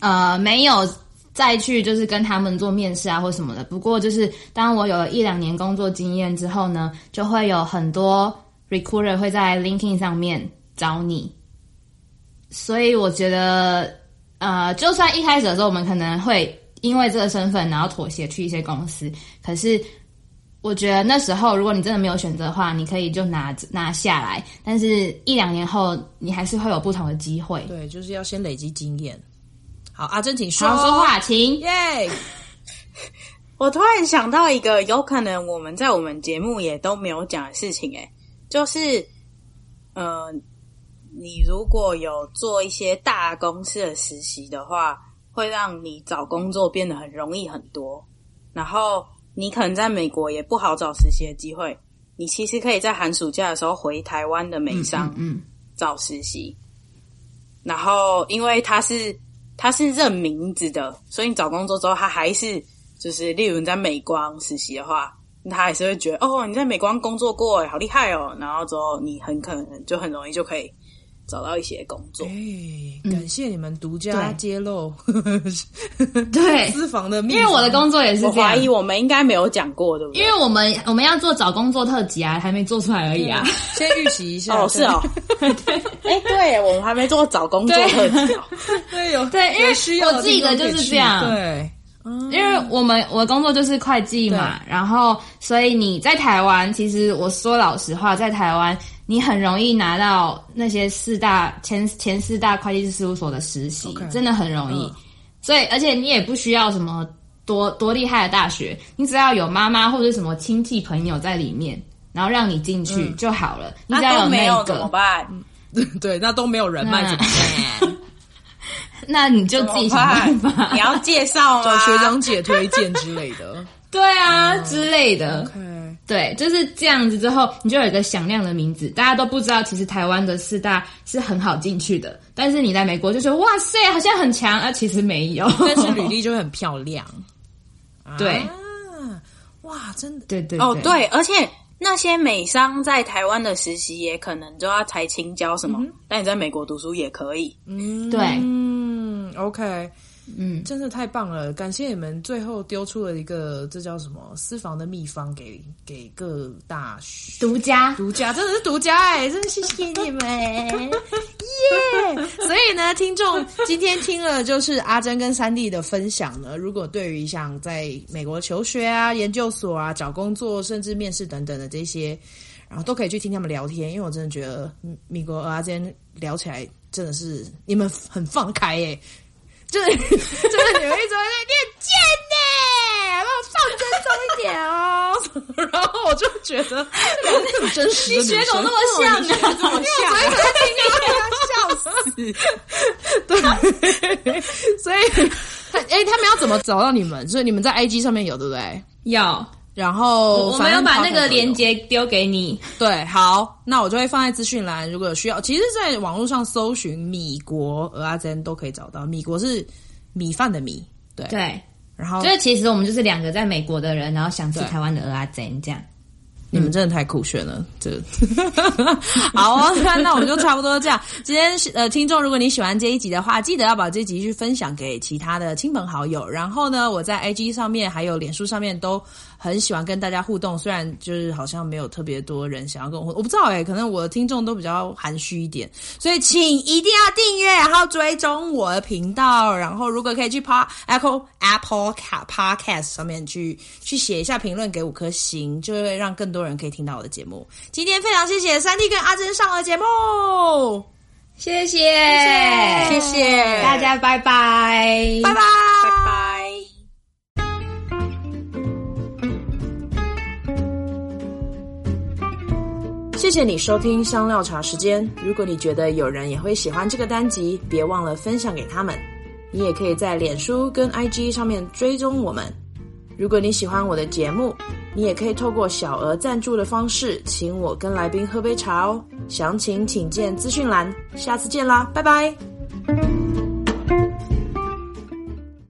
B: 呃没有再去就是跟他们做面试啊或什么的，不过就是当我有了一两年工作经验之后呢，就会有很多 recruiter 会在 LinkedIn 上面找你，所以我觉得，呃，就算一开始的时候我们可能会因为这个身份然后妥协去一些公司，可是。我觉得那时候，如果你真的没有选择的话，你可以就拿拿下来。但是，一两年后，你还是会有不同的机会。
A: 对，就是要先累积经验。好，阿珍，请说。
B: 好，说话，哎请。
A: 耶
E: 我突然想到一个有可能我们在我们节目也都没有讲的事情、欸，就是呃，你如果有做一些大公司的实习的话，会让你找工作变得很容易很多。然后你可能在美国也不好找实习的机会，你其实可以在寒暑假的时候回台湾的美商，
B: 嗯
E: 找实习，然后因为他是他是认名字的，所以你找工作之后，他还是就是，例如你在美光实习的话，他还是会觉得哦，你在美光工作过耶，好厉害哦。然后之后你很可能就很容易就可以找到一些工作。
A: 哎，感谢你们独家
B: 嗯对
A: 揭露
B: 对，
A: 私房的秘
B: 因
A: 密，
B: 为我的工作也是
E: 嗯我
B: 这
E: 怀
B: 样，
E: 疑我们应该没有讲过，对不对
B: 因？为我们我们要做找工作特辑啊，还没做出来而已
E: 嗯
B: 啊。
A: 先预习一下。
E: 哦，是哦，哎、对耶，我们还没做找工作 特辑哦。
A: 对， 对，有
B: 对因为
A: 有需要
B: 我记得
A: 地方可以
B: 就是
A: 去
B: 这样
A: 对，
B: 因为我们我的工作就是会计嘛，然后所以你在台湾，其实我说老实话，在台湾你很容易拿到那些四大前前四大会计师事务所的实习
A: OK
B: 真的很容易。
A: 嗯
B: 所以而且你也不需要什么多多厉害的大学，你只要有妈妈或者什么亲戚朋友在里面，然后让你进去就好了。你只要
E: 那嗯啊都没
B: 那
E: 有
B: 个
E: 怎么办？
A: 对， 那都没有人脉，
B: 那
A: 怎么 办？
B: 那你就自己想办
E: 怎么
B: 法。
E: 办你要介绍
A: 找
E: 吗？
A: 呃学长姐推荐之类的。
B: 对啊、之类的
A: OK，
B: 对，就是这样子之后，你就有一个响亮的名字，大家都不知道，其实台湾的四大是很好进去的，但是你在美国就觉得哇塞，好像很强啊，其实没 有。
A: 但是履历就会很漂亮。
B: 对
A: 啊，哇，真的
B: 对对
E: 哦，，对，而且那些美商在台湾的实习也可能就要才青椒什么，但你在美国读书也可以。
B: 对，
A: 嗯，OK，
B: 嗯，
A: 真的太棒了，感谢你们最后丢出了一个这叫什么私房的秘方给给各大学
B: 独家。
A: 独家，真的是独家哎、真的谢谢你们，耶！所以呢，听众今天听了就是阿珍跟三弟的分享呢，如果对于想在美国求学啊、研究所啊、找工作，甚至面试等等的这些，然后都可以去听他们聊天，因为我真的觉得嗯米国和阿珍聊起来真的是你们很放开耶、就是就是你们一直在念贱呢，把我放尊重一点哦。 然后我就觉得很真实的女生，
B: 学狗那么像啊，这么像，
A: 啊对，所以他哎、他们要怎么找到你们？所以你们在 IG 上面有对不对？
B: 有，
A: 然后
B: 哦我们有把那个链
A: 连
B: 接丢给你。
A: 对，好，那我就会放在资讯栏。如果有需要，其实，在网络上搜寻米国鹅阿珍都可以找到。米国是米饭的米，对，
B: 对，
A: 然后
B: 就是其实我们就是两个在美国的人，然后想吃
A: 对
B: 台湾的鹅啊煎这样。
A: 你们真的太酷炫了，这好啊、那那我们就差不多这样。今天是呃，听众，如果你喜欢这一集的话，记得要把这集去分享给其他的亲朋好友。然后呢，我在 IG 上面还有脸书上面都很喜欢跟大家互动，虽然就是好像没有特别多人想要跟我互动，我不知道哎、可能我的听众都比较含蓄一点，所以请一定要订阅，然后追踪我的频道。然后如果可以去 Pod Apple Apple Ca- Podcast 上面去去写一下评论，给五颗星，就会让更多人可以听到我的节目。今天非常谢谢三弟跟阿珍上了节目。
B: 谢谢，谢
E: 谢谢
B: 大，家，拜拜，
A: 拜拜。
E: 拜拜。
D: 谢谢你收听香料茶时间。如果你觉得有人也会喜欢这个单集，别忘了分享给他们。你也可以在脸书跟 IG 上面追踪我们。如果你喜欢我的节目，你也可以透过小额赞助的方式，请我跟来宾喝杯茶哦。详情请见资讯栏。下次见啦，拜拜。